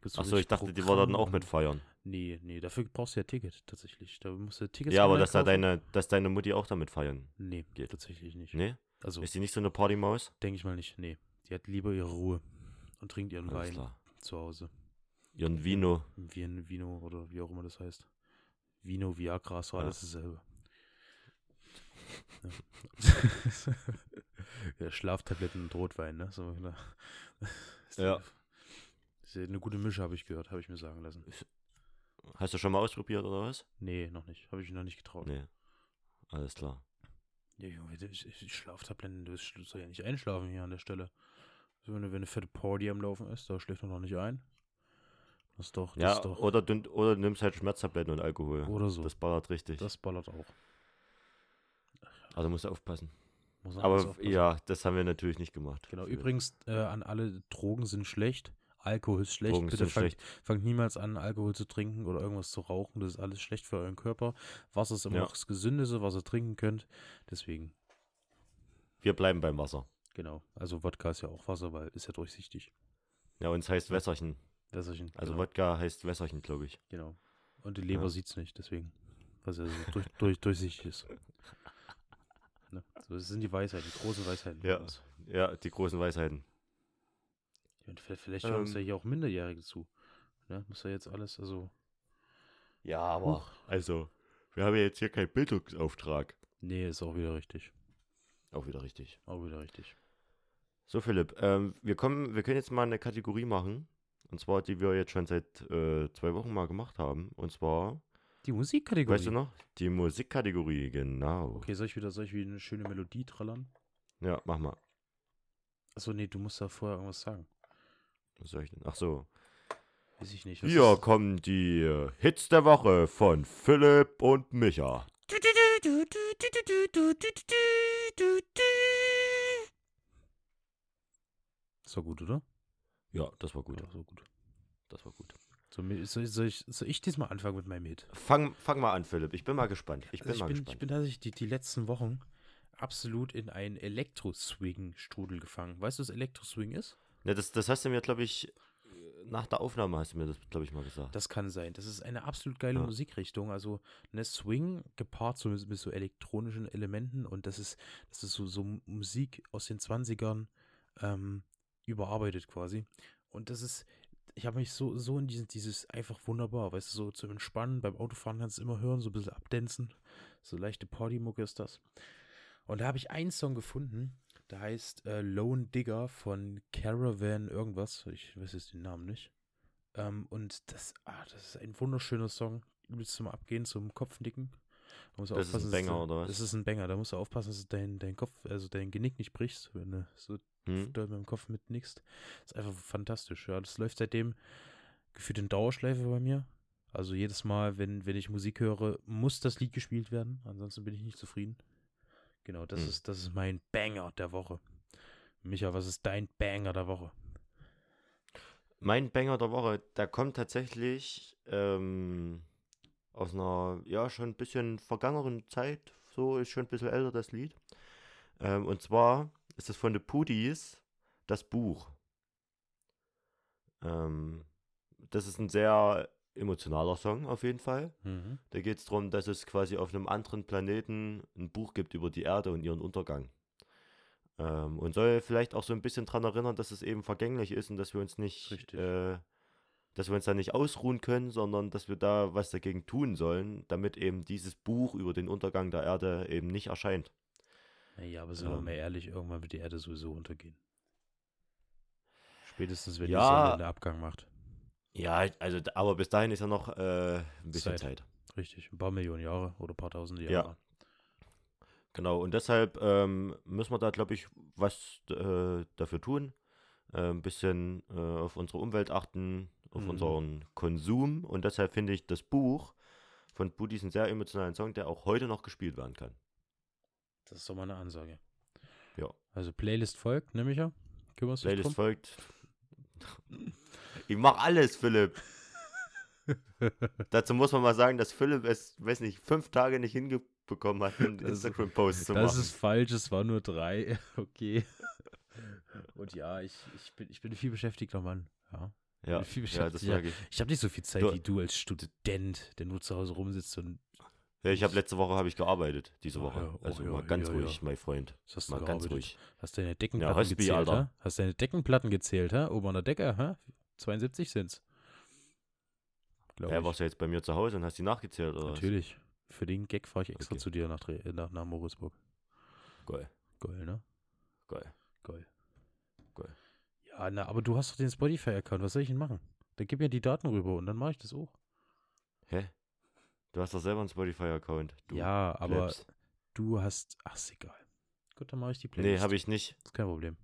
Speaker 1: Gibt's so
Speaker 3: Achso, ich
Speaker 1: richtig
Speaker 3: dachte, die war dann
Speaker 1: Programm
Speaker 3: auch mit
Speaker 1: und-
Speaker 3: feiern.
Speaker 1: Nee, nee, dafür brauchst du ja Ticket tatsächlich. Da musst du Tickets
Speaker 3: Ja, aber
Speaker 1: online
Speaker 3: dass da
Speaker 1: kaufen.
Speaker 3: deine, dass deine Mutti auch damit feiern.
Speaker 1: Nee,
Speaker 3: Geht.
Speaker 1: tatsächlich nicht.
Speaker 3: Nee?
Speaker 1: Also,
Speaker 3: Ist die nicht so eine Partymaus?
Speaker 1: denke ich mal nicht. Nee, die hat lieber ihre Ruhe und trinkt ihren
Speaker 3: Alles
Speaker 1: Wein.
Speaker 3: klar.
Speaker 1: zu Hause.
Speaker 3: Ihren Vino.
Speaker 1: Im Vien, Vino oder wie auch immer das heißt. Vino, Viagra, ist doch
Speaker 3: Ja.
Speaker 1: alles dasselbe. Ja. ja, Schlaftabletten und Rotwein, ne? So, ne? Ist
Speaker 3: Ja.
Speaker 1: Ist ja eine gute Mische, habe ich gehört, habe ich mir sagen lassen.
Speaker 3: Hast du schon mal ausprobiert oder was?
Speaker 1: Nee, noch nicht. Habe ich mir noch nicht getraut.
Speaker 3: Nee. Alles klar.
Speaker 1: Ja, Junge, das- ich- ich- Schlaftabletten, das sch- soll ja nicht einschlafen hier an der Stelle. So, wenn, eine- wenn eine fette Party am Laufen ist, da schläft man noch nicht ein. Das ist doch, das
Speaker 3: Ja,
Speaker 1: ist doch.
Speaker 3: oder du, oder du nimmst halt Schmerztabletten und Alkohol.
Speaker 1: Oder so.
Speaker 3: Das ballert richtig.
Speaker 1: das ballert auch.
Speaker 3: also musst du aufpassen.
Speaker 1: Muss man alles
Speaker 3: Aber
Speaker 1: aufpassen.
Speaker 3: ja, das haben wir natürlich nicht gemacht.
Speaker 1: Genau,
Speaker 3: Für-
Speaker 1: übrigens äh, an alle, Drogen sind schlecht, Alkohol ist schlecht.
Speaker 3: Drogen
Speaker 1: Bitte
Speaker 3: sind
Speaker 1: fangt,
Speaker 3: schlecht.
Speaker 1: fangt niemals an, Alkohol zu trinken oder irgendwas zu rauchen. Das ist alles schlecht für euren Körper. Wasser ist immer
Speaker 3: Ja.
Speaker 1: noch das Gesündeste, was ihr trinken könnt. Deswegen,
Speaker 3: Wir bleiben beim Wasser.
Speaker 1: genau. Also Wodka ist ja auch Wasser, weil ist ja durchsichtig.
Speaker 3: Ja, uns heißt Wässerchen.
Speaker 1: Wässerchen.
Speaker 3: Also
Speaker 1: genau,
Speaker 3: Wodka heißt Wässerchen, glaube ich.
Speaker 1: genau. Und die Leber
Speaker 3: Ja.
Speaker 1: sieht's nicht, deswegen. Was ja so durch, durch, durchsichtig ist. Ne? So, das sind die Weisheiten, die großen Weisheiten. von
Speaker 3: Ja.
Speaker 1: uns.
Speaker 3: Ja, die großen Weisheiten.
Speaker 1: Und vielleicht vielleicht hören uns
Speaker 3: Ähm.
Speaker 1: ja hier auch Minderjährige zu. Ne? Muss ja jetzt alles, also.
Speaker 3: Ja, aber. Also, wir haben ja jetzt hier keinen Bildungsauftrag.
Speaker 1: Nee, ist auch wieder richtig.
Speaker 3: Auch wieder richtig.
Speaker 1: Auch wieder richtig.
Speaker 3: So, Philipp, ähm, wir, kommen, wir können jetzt mal eine Kategorie machen. Und zwar, die wir jetzt schon seit äh, zwei Wochen mal gemacht haben. Und zwar,
Speaker 1: Die Musikkategorie.
Speaker 3: weißt du noch? Die Musikkategorie, genau.
Speaker 1: Okay, soll ich wieder, soll ich wieder eine schöne Melodie trallern?
Speaker 3: Ja, mach mal.
Speaker 1: Achso, nee, du musst da vorher irgendwas sagen.
Speaker 3: Was soll ich denn? Ach so.
Speaker 1: Weiß ich nicht. was
Speaker 3: Hier
Speaker 1: ist-
Speaker 3: kommen die äh, Hits der Woche von Philipp und Micha.
Speaker 1: Ist doch gut, oder?
Speaker 3: Ja, das war gut.
Speaker 1: Ja, so gut.
Speaker 3: Das war gut.
Speaker 1: So, mir- soll, ich- soll, ich, soll ich diesmal anfangen mit meinem Hit?
Speaker 3: Fang, fang mal an, Philipp. Ich bin mal gespannt. Ich bin
Speaker 1: Also
Speaker 3: mal
Speaker 1: ich, bin, ich
Speaker 3: gespannt.
Speaker 1: bin tatsächlich die, die letzten Wochen absolut in einen Elektro-Swing-Strudel gefangen. Weißt du, was Elektro-Swing ist?
Speaker 3: Ne, das, das hast du mir, glaube ich, nach der Aufnahme hast du mir das, glaube ich, mal gesagt.
Speaker 1: Das kann sein. Das ist eine absolut geile
Speaker 3: Ja.
Speaker 1: Musikrichtung. Also eine Swing gepaart so mit, mit so elektronischen Elementen und das ist, das ist so, so Musik aus den 20ern ähm, überarbeitet quasi. Und das ist ich habe mich so, so in dieses, dieses einfach wunderbar, weißt du, so zum Entspannen, beim Autofahren kannst du immer hören, so ein bisschen abdänzen. So leichte Partymucke ist das. Und da habe ich einen Song gefunden, der heißt äh, Lone Digger von Caravan irgendwas. Ich weiß jetzt den Namen nicht. Ähm, und das, ah, das ist ein wunderschöner Song. Übelst zum Abgehen, zum Kopfnicken. Da musst du
Speaker 3: Das ist ein
Speaker 1: aufpassen, dass
Speaker 3: Banger,
Speaker 1: du-
Speaker 3: oder was?
Speaker 1: Das ist ein Banger, da musst du aufpassen, dass du dein, dein Kopf, also dein Genick nicht brichst, wenn du so
Speaker 3: Hm?
Speaker 1: doll mit dem Kopf mitnickst. Ist einfach fantastisch, ja. Das läuft seitdem gefühlt in Dauerschleife bei mir. Also jedes Mal, wenn, wenn ich Musik höre, muss das Lied gespielt werden. Ansonsten bin ich nicht zufrieden. Genau, das
Speaker 3: Hm.
Speaker 1: ist, das ist mein Banger der Woche. Micha, was ist dein Banger der Woche?
Speaker 3: Mein Banger der Woche, der kommt tatsächlich ähm, aus einer, ja, schon ein bisschen vergangenen Zeit. So ist schon ein bisschen älter das Lied. Ähm, und zwar ist es von The Pudis das Buch. Ähm, das ist ein sehr emotionaler Song auf jeden Fall.
Speaker 1: Mhm.
Speaker 3: Da geht es darum, dass es quasi auf einem anderen Planeten ein Buch gibt über die Erde und ihren Untergang. Ähm, und soll vielleicht auch so ein bisschen daran erinnern, dass es eben vergänglich ist und dass wir uns nicht,
Speaker 1: Richtig.
Speaker 3: äh, dass wir uns da nicht ausruhen können, sondern dass wir da was dagegen tun sollen, damit eben dieses Buch über den Untergang der Erde eben nicht erscheint.
Speaker 1: Naja, aber sind wir
Speaker 3: Ähm.
Speaker 1: mal ehrlich, irgendwann wird die Erde sowieso untergehen. Spätestens, wenn die
Speaker 3: Ja.
Speaker 1: Sonne den Abgang macht.
Speaker 3: Ja, also d- aber bis dahin ist ja noch äh, ein bisschen
Speaker 1: Zeit.
Speaker 3: Zeit.
Speaker 1: Richtig, ein paar Millionen Jahre oder ein paar tausend
Speaker 3: Ja.
Speaker 1: Jahre.
Speaker 3: Genau, und deshalb ähm, müssen wir da, glaube ich, was äh, dafür tun. Äh, ein bisschen äh, auf unsere Umwelt achten, auf
Speaker 1: Mhm.
Speaker 3: unseren Konsum. Und deshalb finde ich das Buch von Budis einen sehr emotionalen Song, der auch heute noch gespielt werden kann.
Speaker 1: Das ist doch mal eine Ansage.
Speaker 3: Ja.
Speaker 1: Also Playlist folgt, nehme ich ja. Kümmerst du dich
Speaker 3: Playlist
Speaker 1: drum?
Speaker 3: folgt. Ich mach alles, Philipp. Dazu muss man mal sagen, dass Philipp es, weiß nicht, fünf Tage nicht hingekommen hat, einen
Speaker 1: Das-
Speaker 3: Instagram-Post zu
Speaker 1: Das
Speaker 3: machen.
Speaker 1: ist falsch, es waren nur drei. Okay. Und ja, ich, ich, bin, ich bin ein viel beschäftigter Mann. Ja.
Speaker 3: ja,
Speaker 1: viel
Speaker 3: ja,
Speaker 1: beschäftigt,
Speaker 3: das
Speaker 1: ja.
Speaker 3: merke ich.
Speaker 1: Ich habe nicht so viel Zeit
Speaker 3: Du-
Speaker 1: wie du als Student, der nur zu Hause rumsitzt und
Speaker 3: Ja, ich habe letzte Woche habe ich gearbeitet, diese
Speaker 1: Oh
Speaker 3: Woche.
Speaker 1: ja, oh
Speaker 3: also
Speaker 1: ja,
Speaker 3: mal ganz
Speaker 1: ja, ja.
Speaker 3: ruhig, mein Freund.
Speaker 1: was hast du
Speaker 3: Mal ganz
Speaker 1: gearbeitet?
Speaker 3: ruhig.
Speaker 1: Hast deine Deckenplatten
Speaker 3: Hospi,
Speaker 1: gezählt,
Speaker 3: Alter.
Speaker 1: ha? Hast deine Deckenplatten gezählt, ha? Oben an der Decke, ha? 72 sind's. Glaub
Speaker 3: Ja,
Speaker 1: ich.
Speaker 3: warst du jetzt bei mir zu Hause und hast die nachgezählt, oder? was?
Speaker 1: Natürlich. Für den Gag fahre ich extra
Speaker 3: Okay.
Speaker 1: zu dir nach, Dre- nach, nach Moritzburg.
Speaker 3: Geil,
Speaker 1: Geil, ne?
Speaker 3: geil.
Speaker 1: Geil.
Speaker 3: Geil.
Speaker 1: Ja, na, aber du hast doch den Spotify-Account. Was soll ich denn machen? Dann gib mir die Daten rüber und dann mache ich das auch.
Speaker 3: Hä? Du hast doch selber einen Spotify-Account. du
Speaker 1: ja, aber
Speaker 3: Plebs.
Speaker 1: du hast. Ach, ist egal. Gut, dann mache ich die
Speaker 3: Nee,
Speaker 1: Playlist.
Speaker 3: habe ich nicht.
Speaker 1: Ist kein Problem.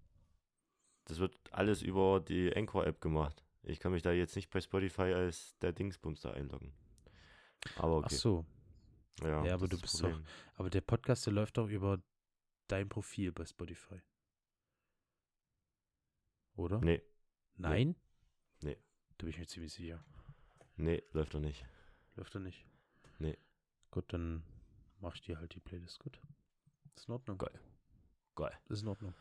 Speaker 3: Das wird alles über die Anchor-App gemacht. Ich kann mich da jetzt nicht bei Spotify als der Dingsbums da einloggen. Aber okay.
Speaker 1: Ach so.
Speaker 3: ja,
Speaker 1: Ja, aber
Speaker 3: das
Speaker 1: du
Speaker 3: ist das
Speaker 1: bist doch-
Speaker 3: Problem.
Speaker 1: Aber der Podcast, der läuft doch über dein Profil bei Spotify. Oder?
Speaker 3: Nee,
Speaker 1: Nein?
Speaker 3: Nee.
Speaker 1: Da bin ich mir ziemlich sicher.
Speaker 3: nee, läuft doch nicht.
Speaker 1: Läuft er nicht?
Speaker 3: Nee.
Speaker 1: Gut, dann mache ich dir halt die Playlist. Gut. Ist in Ordnung.
Speaker 3: Geil. Geil.
Speaker 1: Ist in Ordnung.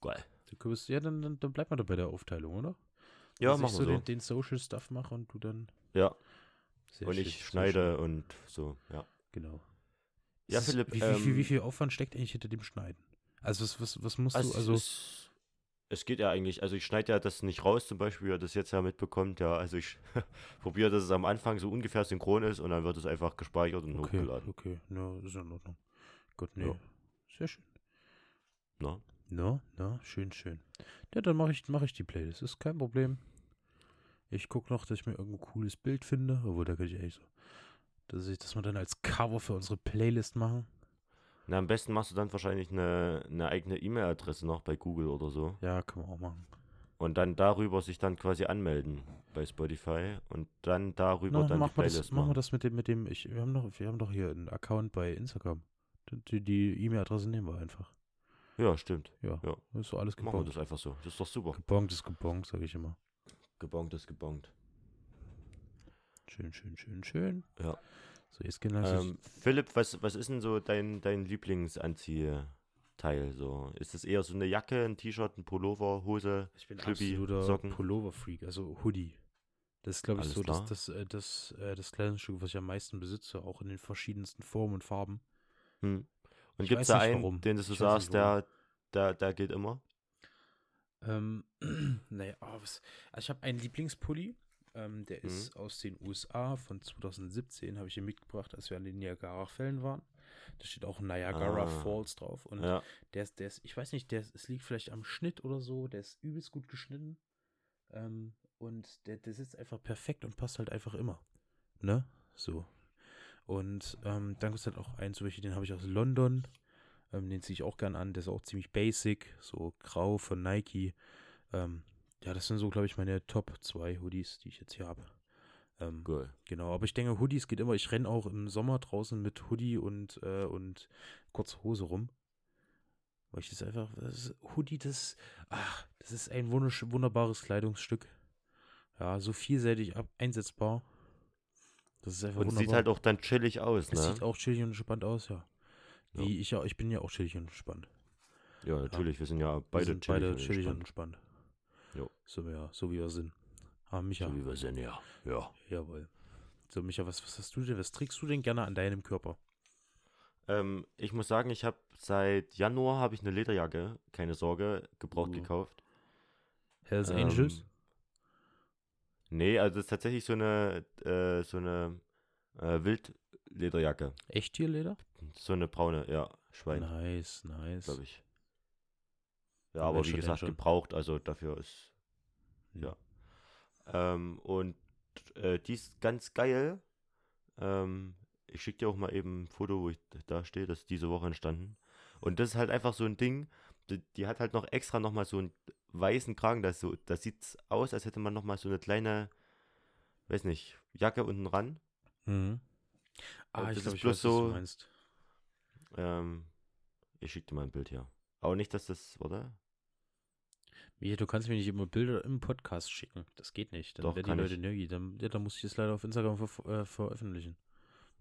Speaker 3: Geil.
Speaker 1: Du kümmerst, ja, dann, dann, dann bleibt man doch bei der Aufteilung, oder?
Speaker 3: Ja,
Speaker 1: Dass
Speaker 3: machen
Speaker 1: ich
Speaker 3: wir so.
Speaker 1: Den, den Social Stuff mache und du dann.
Speaker 3: Ja,
Speaker 1: Sehr
Speaker 3: und
Speaker 1: schön,
Speaker 3: ich
Speaker 1: sehr
Speaker 3: schneide
Speaker 1: schön.
Speaker 3: und so, ja.
Speaker 1: Genau.
Speaker 3: Ja,
Speaker 1: Es ist-
Speaker 3: Philipp,
Speaker 1: Wie, wie, viel, wie
Speaker 3: ähm,
Speaker 1: viel Aufwand steckt eigentlich hinter dem Schneiden? Also, was, was, was musst
Speaker 3: Also,
Speaker 1: du. Also,
Speaker 3: es, es geht ja eigentlich, also ich schneide ja das nicht raus, zum Beispiel, wer das jetzt ja mitbekommt, ja, also ich probiere, dass es am Anfang so ungefähr synchron ist und dann wird es einfach gespeichert und
Speaker 1: okay,
Speaker 3: hochgeladen.
Speaker 1: okay, na, ist in Ordnung. Gut, nee.
Speaker 3: Ja.
Speaker 1: Sehr schön.
Speaker 3: Na?
Speaker 1: Na, na, schön, schön. Ja, dann mache ich, mach ich die Playlist. Ist kein Problem. Ich gucke noch, dass ich mir irgendein cooles Bild finde. Obwohl, da könnte ich echt so. Dass, ich, dass wir dann als Cover für unsere Playlist machen.
Speaker 3: Na, am besten machst du dann wahrscheinlich eine, eine eigene E-Mail-Adresse noch bei Google oder so
Speaker 1: Ja, kann man auch machen.
Speaker 3: und dann darüber sich dann quasi anmelden bei Spotify und dann darüber
Speaker 1: Na,
Speaker 3: dann die
Speaker 1: machen, wir
Speaker 3: Playlist
Speaker 1: das, machen wir
Speaker 3: machen.
Speaker 1: das mit dem, mit dem, ich, wir haben doch, wir haben doch hier einen Account bei Instagram. Die- Die die E-Mail-Adresse nehmen wir einfach.
Speaker 3: Ja, stimmt.
Speaker 1: Ja.
Speaker 3: Ja.
Speaker 1: Ist so alles
Speaker 3: Machen wir
Speaker 1: gebongt.
Speaker 3: das einfach so. Das ist doch super.
Speaker 1: Gebongt ist gebongt, sage ich immer.
Speaker 3: Gebongt ist gebongt.
Speaker 1: Schön, schön, schön, schön.
Speaker 3: Ja.
Speaker 1: So, jetzt gehen wir
Speaker 3: Ähm, Philipp, was, was ist denn so dein, dein Lieblingsanziehteil? So? Ist es eher so eine Jacke, ein T-Shirt, ein Pullover, Hose?
Speaker 1: Ich bin
Speaker 3: Schlüppi,
Speaker 1: absoluter
Speaker 3: Socken.
Speaker 1: Pullover-Freak, also Hoodie. Das ist, glaube ich,
Speaker 3: Alles
Speaker 1: so das,
Speaker 3: klar.
Speaker 1: das, äh, das, äh, das Kleidungsstück, was ich am meisten besitze, auch in den verschiedensten Formen und Farben.
Speaker 3: Hm. Und
Speaker 1: Ich
Speaker 3: gibt
Speaker 1: weiß
Speaker 3: es da
Speaker 1: nicht,
Speaker 3: einen,
Speaker 1: warum.
Speaker 3: den du
Speaker 1: Ich weiß nicht,
Speaker 3: sagst, der, der, der geht immer?
Speaker 1: Ähm, naja, oh, was, also ich habe einen Lieblingspulli, ähm, der ist
Speaker 3: Mhm.
Speaker 1: aus den USA von 2017, habe ich ihn mitgebracht, als wir an den Niagara-Fällen waren. Da steht auch Niagara
Speaker 3: Ah.
Speaker 1: Falls drauf und
Speaker 3: Ja,
Speaker 1: der ist, der ist, ich weiß nicht, der ist, es liegt vielleicht am Schnitt oder so, der ist übelst gut geschnitten ähm, und der, der sitzt einfach perfekt und passt halt einfach immer, ne, so. Und ähm, dann gibt es halt auch einen, zum Beispiel, den habe ich aus London, ähm, den ziehe ich auch gern an, der ist auch ziemlich basic, so grau von Nike. Ähm, ja, das sind so, glaube ich, meine Top 2 Hoodies, die ich jetzt hier habe. Ähm,
Speaker 3: cool.
Speaker 1: Genau, aber ich denke, Hoodies geht immer. Ich renne auch im Sommer draußen mit Hoodie und, äh, und kurzer Hose rum. Weil ich das einfach, das ist- Hoodie, das, ach, das ist ein wundersch wunderbares Kleidungsstück. Ja, so vielseitig ab einsetzbar. Das ist einfach
Speaker 3: Und
Speaker 1: wunderbar.
Speaker 3: sieht halt auch dann chillig aus,
Speaker 1: es
Speaker 3: ne?
Speaker 1: sieht auch chillig und entspannt aus, ja.
Speaker 3: Ja.
Speaker 1: Wie ich ja, ich bin ja auch chillig und entspannt.
Speaker 3: ja, natürlich, wir sind ja
Speaker 1: Wir
Speaker 3: beide
Speaker 1: sind
Speaker 3: chillig.
Speaker 1: beide
Speaker 3: und
Speaker 1: chillig und
Speaker 3: entspannt,
Speaker 1: entspannt.
Speaker 3: Jo.
Speaker 1: So, ja, so wie wir sind. Ah, Micha.
Speaker 3: So wie wir sind, ja. Ja.
Speaker 1: Jawohl. So, Micha, was, was hast du denn? Was trägst du denn gerne an deinem Körper?
Speaker 3: Ähm, ich muss sagen, ich habe seit Januar habe ich eine Lederjacke, keine Sorge, gebraucht
Speaker 1: Uh.
Speaker 3: gekauft.
Speaker 1: Hells
Speaker 3: Ähm,
Speaker 1: Angels?
Speaker 3: Nee, also es ist tatsächlich so eine, äh, so eine äh, Wildlederjacke.
Speaker 1: Echttierleder?
Speaker 3: So eine braune, ja, Schwein,
Speaker 1: Nice, nice.
Speaker 3: glaube ich. Ja,
Speaker 1: Aber
Speaker 3: aber
Speaker 1: schon
Speaker 3: wie
Speaker 1: denn
Speaker 3: gesagt,
Speaker 1: schon.
Speaker 3: gebraucht, also dafür ist. ja. Ähm, und äh, die ist ganz geil. Ähm, ich schicke dir auch mal eben ein Foto, wo ich da stehe, das ist diese Woche entstanden. Und das ist halt einfach so ein Ding, die, die hat halt noch extra nochmal so einen weißen Kragen, das, so, das sieht aus, als hätte man nochmal so eine kleine, weiß nicht, Jacke unten ran.
Speaker 1: Mhm. Ah,
Speaker 3: Aber
Speaker 1: ich
Speaker 3: das
Speaker 1: glaube,
Speaker 3: ist
Speaker 1: ich weiß,
Speaker 3: bloß
Speaker 1: was du
Speaker 3: so-
Speaker 1: meinst.
Speaker 3: Ähm, ich schicke dir mal ein Bild hier. Aber nicht, dass das, oder?
Speaker 1: Micha, du kannst mir nicht immer Bilder im Podcast schicken. Das geht nicht. Dann
Speaker 3: Doch,
Speaker 1: werden die
Speaker 3: kann
Speaker 1: Leute
Speaker 3: ich.
Speaker 1: nerdy. Dann, ja, dann muss ich es leider auf Instagram ver äh, veröffentlichen.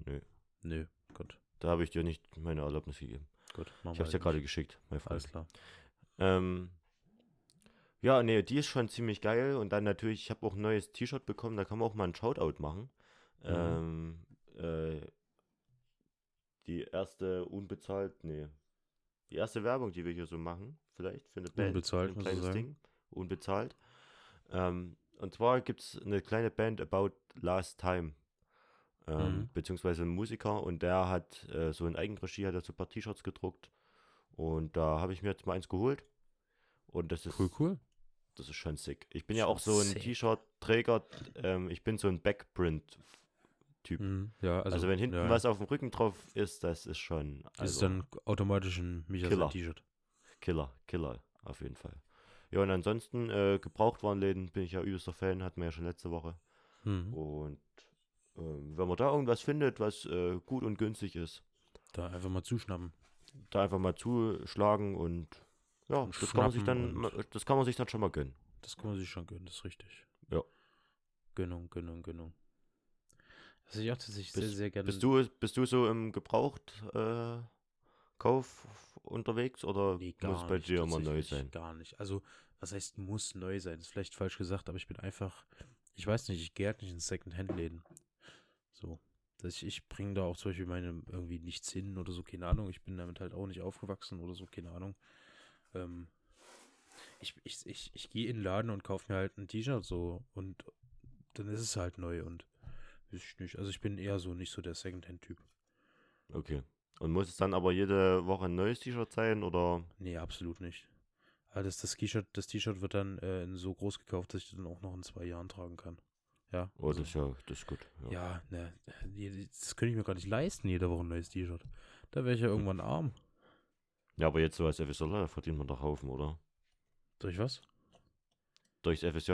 Speaker 3: Nö.
Speaker 1: Nö, gut.
Speaker 3: Da habe ich dir nicht meine Erlaubnis gegeben.
Speaker 1: Gut, machen
Speaker 3: Ich habe es ja
Speaker 1: halt
Speaker 3: gerade
Speaker 1: nicht.
Speaker 3: geschickt, mein Freund.
Speaker 1: Alles klar.
Speaker 3: Ähm, ja, nee, die ist schon ziemlich geil. Und dann natürlich, ich habe auch ein neues T-Shirt bekommen, da kann man auch mal ein Shoutout machen.
Speaker 1: Mhm.
Speaker 3: Ähm, äh, die erste unbezahlt, nee. Die erste Werbung, die wir hier so machen, vielleicht für eine Band. für
Speaker 1: Unbezahlt,
Speaker 3: ein
Speaker 1: musst du
Speaker 3: kleines
Speaker 1: sagen.
Speaker 3: Ding. Unbezahlt. Ähm, und zwar gibt es eine kleine Band About Last Time. Ähm,
Speaker 1: Mhm.
Speaker 3: Beziehungsweise ein Musiker und der hat äh, so in Eigenregie hat er so ein paar T-Shirts gedruckt. Und da habe ich mir jetzt mal eins geholt. Und das ist
Speaker 1: Cool, cool.
Speaker 3: das ist schon sick. Ich bin ja
Speaker 1: Schon
Speaker 3: auch so ein
Speaker 1: sick.
Speaker 3: T-Shirt-Träger. Ähm, ich bin so ein Backprint-Typ.
Speaker 1: Mhm. Ja, also,
Speaker 3: Also, wenn hinten
Speaker 1: ja,
Speaker 3: was auf dem Rücken drauf ist, das ist schon also,
Speaker 1: ist dann automatisch ein Micha
Speaker 3: Killer.
Speaker 1: T-Shirt.
Speaker 3: Killer, Killer auf jeden Fall. Ja, und ansonsten äh, Gebrauchtwarenläden bin ich ja übelster Fan, hatten wir ja schon letzte Woche.
Speaker 1: Mhm.
Speaker 3: Und ähm, wenn man da irgendwas findet, was äh, gut und günstig ist,
Speaker 1: Da einfach mal zuschnappen.
Speaker 3: da einfach mal zuschlagen und ja,
Speaker 1: Und
Speaker 3: das kann, man sich
Speaker 1: schnappen
Speaker 3: dann,
Speaker 1: und-
Speaker 3: das kann man sich dann schon mal gönnen.
Speaker 1: Das kann man sich schon gönnen, das ist richtig.
Speaker 3: Ja.
Speaker 1: Gönnung, Gönnung, Gönnung. Also ich auch tatsächlich sehr, sehr gerne.
Speaker 3: Bist du, bist du so im Gebrauchtkauf äh, Kauf unterwegs oder
Speaker 1: Nee, gar
Speaker 3: muss es bei
Speaker 1: nicht,
Speaker 3: dir immer neu
Speaker 1: tatsächlich
Speaker 3: sein?
Speaker 1: Gar nicht. Also, was heißt muss neu sein? Ist vielleicht falsch gesagt, aber ich bin einfach, ich weiß nicht, ich gehe halt nicht in Second-Hand-Läden. So. Dass ich, ich bringe da auch zum Beispiel meine irgendwie nichts hin oder so, keine Ahnung. Ich bin damit halt auch nicht aufgewachsen oder so, keine Ahnung. Ähm, ich ich, ich, ich gehe in den Laden und kaufe mir halt ein T-Shirt so und dann ist es halt neu und weiß ich nicht. Also ich bin eher so nicht so der Second-Hand-Typ.
Speaker 3: Okay. Und muss es dann aber jede Woche ein neues T-Shirt sein oder?
Speaker 1: Nee, absolut nicht. Aber das, das T-Shirt, das T-Shirt wird dann äh, in so groß gekauft, dass ich das dann auch noch in zwei Jahren tragen kann. Ja.
Speaker 3: Oh,
Speaker 1: also-
Speaker 3: das ist ja, das ist gut. Ja.
Speaker 1: ja, ne. je- Das könnte ich mir gar nicht leisten, jede Woche ein neues T-Shirt. Da wäre ich ja irgendwann arm.
Speaker 3: Ja, aber jetzt so als FSJ da verdient man doch Haufen, oder?
Speaker 1: Durch was?
Speaker 3: Durchs FSJ.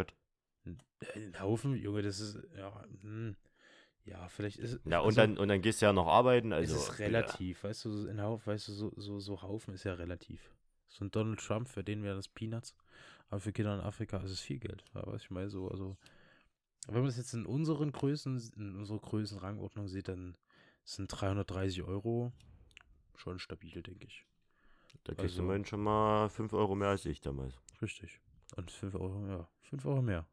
Speaker 1: Ein Haufen, Junge, das ist. Ja, hm. ja vielleicht ist
Speaker 3: Ja, und
Speaker 1: also,
Speaker 3: dann und dann gehst du ja noch arbeiten, also.
Speaker 1: es ist relativ, weißt du, so ein Haufen, weißt du, so, so, so Haufen ist ja relativ. So ein Donald Trump, für den wäre das Peanuts, aber für Kinder in Afrika ist es viel Geld. Ja, was ich meine, so, also wenn man es jetzt in unseren Größen, in unserer Größenrangordnung sieht, dann sind 330 Euro schon stabil, denke ich.
Speaker 3: Ja, da kriegst
Speaker 1: also-
Speaker 3: du immerhin schon mal 5 Euro mehr als ich damals.
Speaker 1: Richtig. Und 5 Euro mehr. 5 Euro mehr.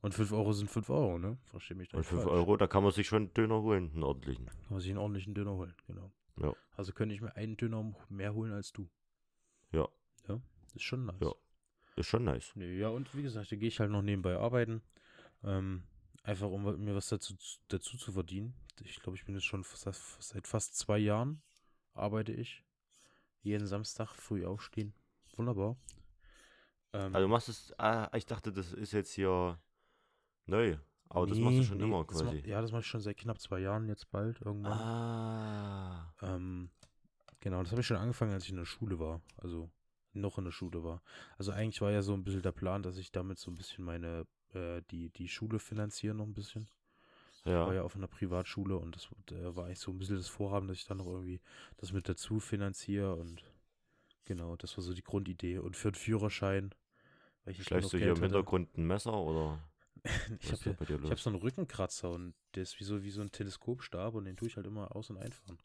Speaker 1: Und 5 Euro sind 5 Euro, ne? Verstehe mich da
Speaker 3: Und
Speaker 1: nicht
Speaker 3: 5
Speaker 1: falsch.
Speaker 3: Euro, da kann man sich schon einen Döner holen, einen ordentlichen.
Speaker 1: Kann man sich einen ordentlichen Döner holen, genau.
Speaker 3: Ja.
Speaker 1: Also könnte ich mir einen Döner mehr holen als du.
Speaker 3: Ja.
Speaker 1: Ja, ist schon nice.
Speaker 3: Ja. Ist schon nice.
Speaker 1: Nee, ja, und wie gesagt, da gehe ich halt noch nebenbei arbeiten. Ähm, einfach um mir was dazu, dazu zu verdienen. Ich glaube, ich bin jetzt schon fast, seit fast zwei Jahren arbeite ich. Jeden Samstag früh aufstehen. Wunderbar. Ähm,
Speaker 3: Also du machst es, ah, ich dachte, das ist jetzt hier neu. Aber das machst du
Speaker 1: nee,
Speaker 3: schon
Speaker 1: nee,
Speaker 3: immer
Speaker 1: das ma-
Speaker 3: quasi.
Speaker 1: Ja, das mache ich schon seit knapp zwei Jahren, jetzt bald irgendwann.
Speaker 3: Ah.
Speaker 1: Ähm, genau, das habe ich schon angefangen, als ich in der Schule war. Also noch in der Schule war. Also eigentlich war ja so ein bisschen der Plan, dass ich damit so ein bisschen meine, äh, die, die Schule finanziere noch ein bisschen. Ich war
Speaker 3: Ja.
Speaker 1: Oh ja auf einer Privatschule und das äh, war eigentlich so ein bisschen das Vorhaben, dass ich dann noch irgendwie das mit dazu finanziere und genau, das war so die Grundidee. Und für den Führerschein, weil ich jetzt
Speaker 3: Schleifst
Speaker 1: noch
Speaker 3: du hier
Speaker 1: Geld
Speaker 3: im
Speaker 1: hatte-
Speaker 3: Hintergrund ein Messer oder
Speaker 1: Ich
Speaker 3: was
Speaker 1: habe
Speaker 3: ist da bei dir
Speaker 1: ich hab
Speaker 3: los?
Speaker 1: so einen Rückenkratzer und der ist wie so, wie so ein Teleskopstab und den tue ich halt immer aus- und einfahren.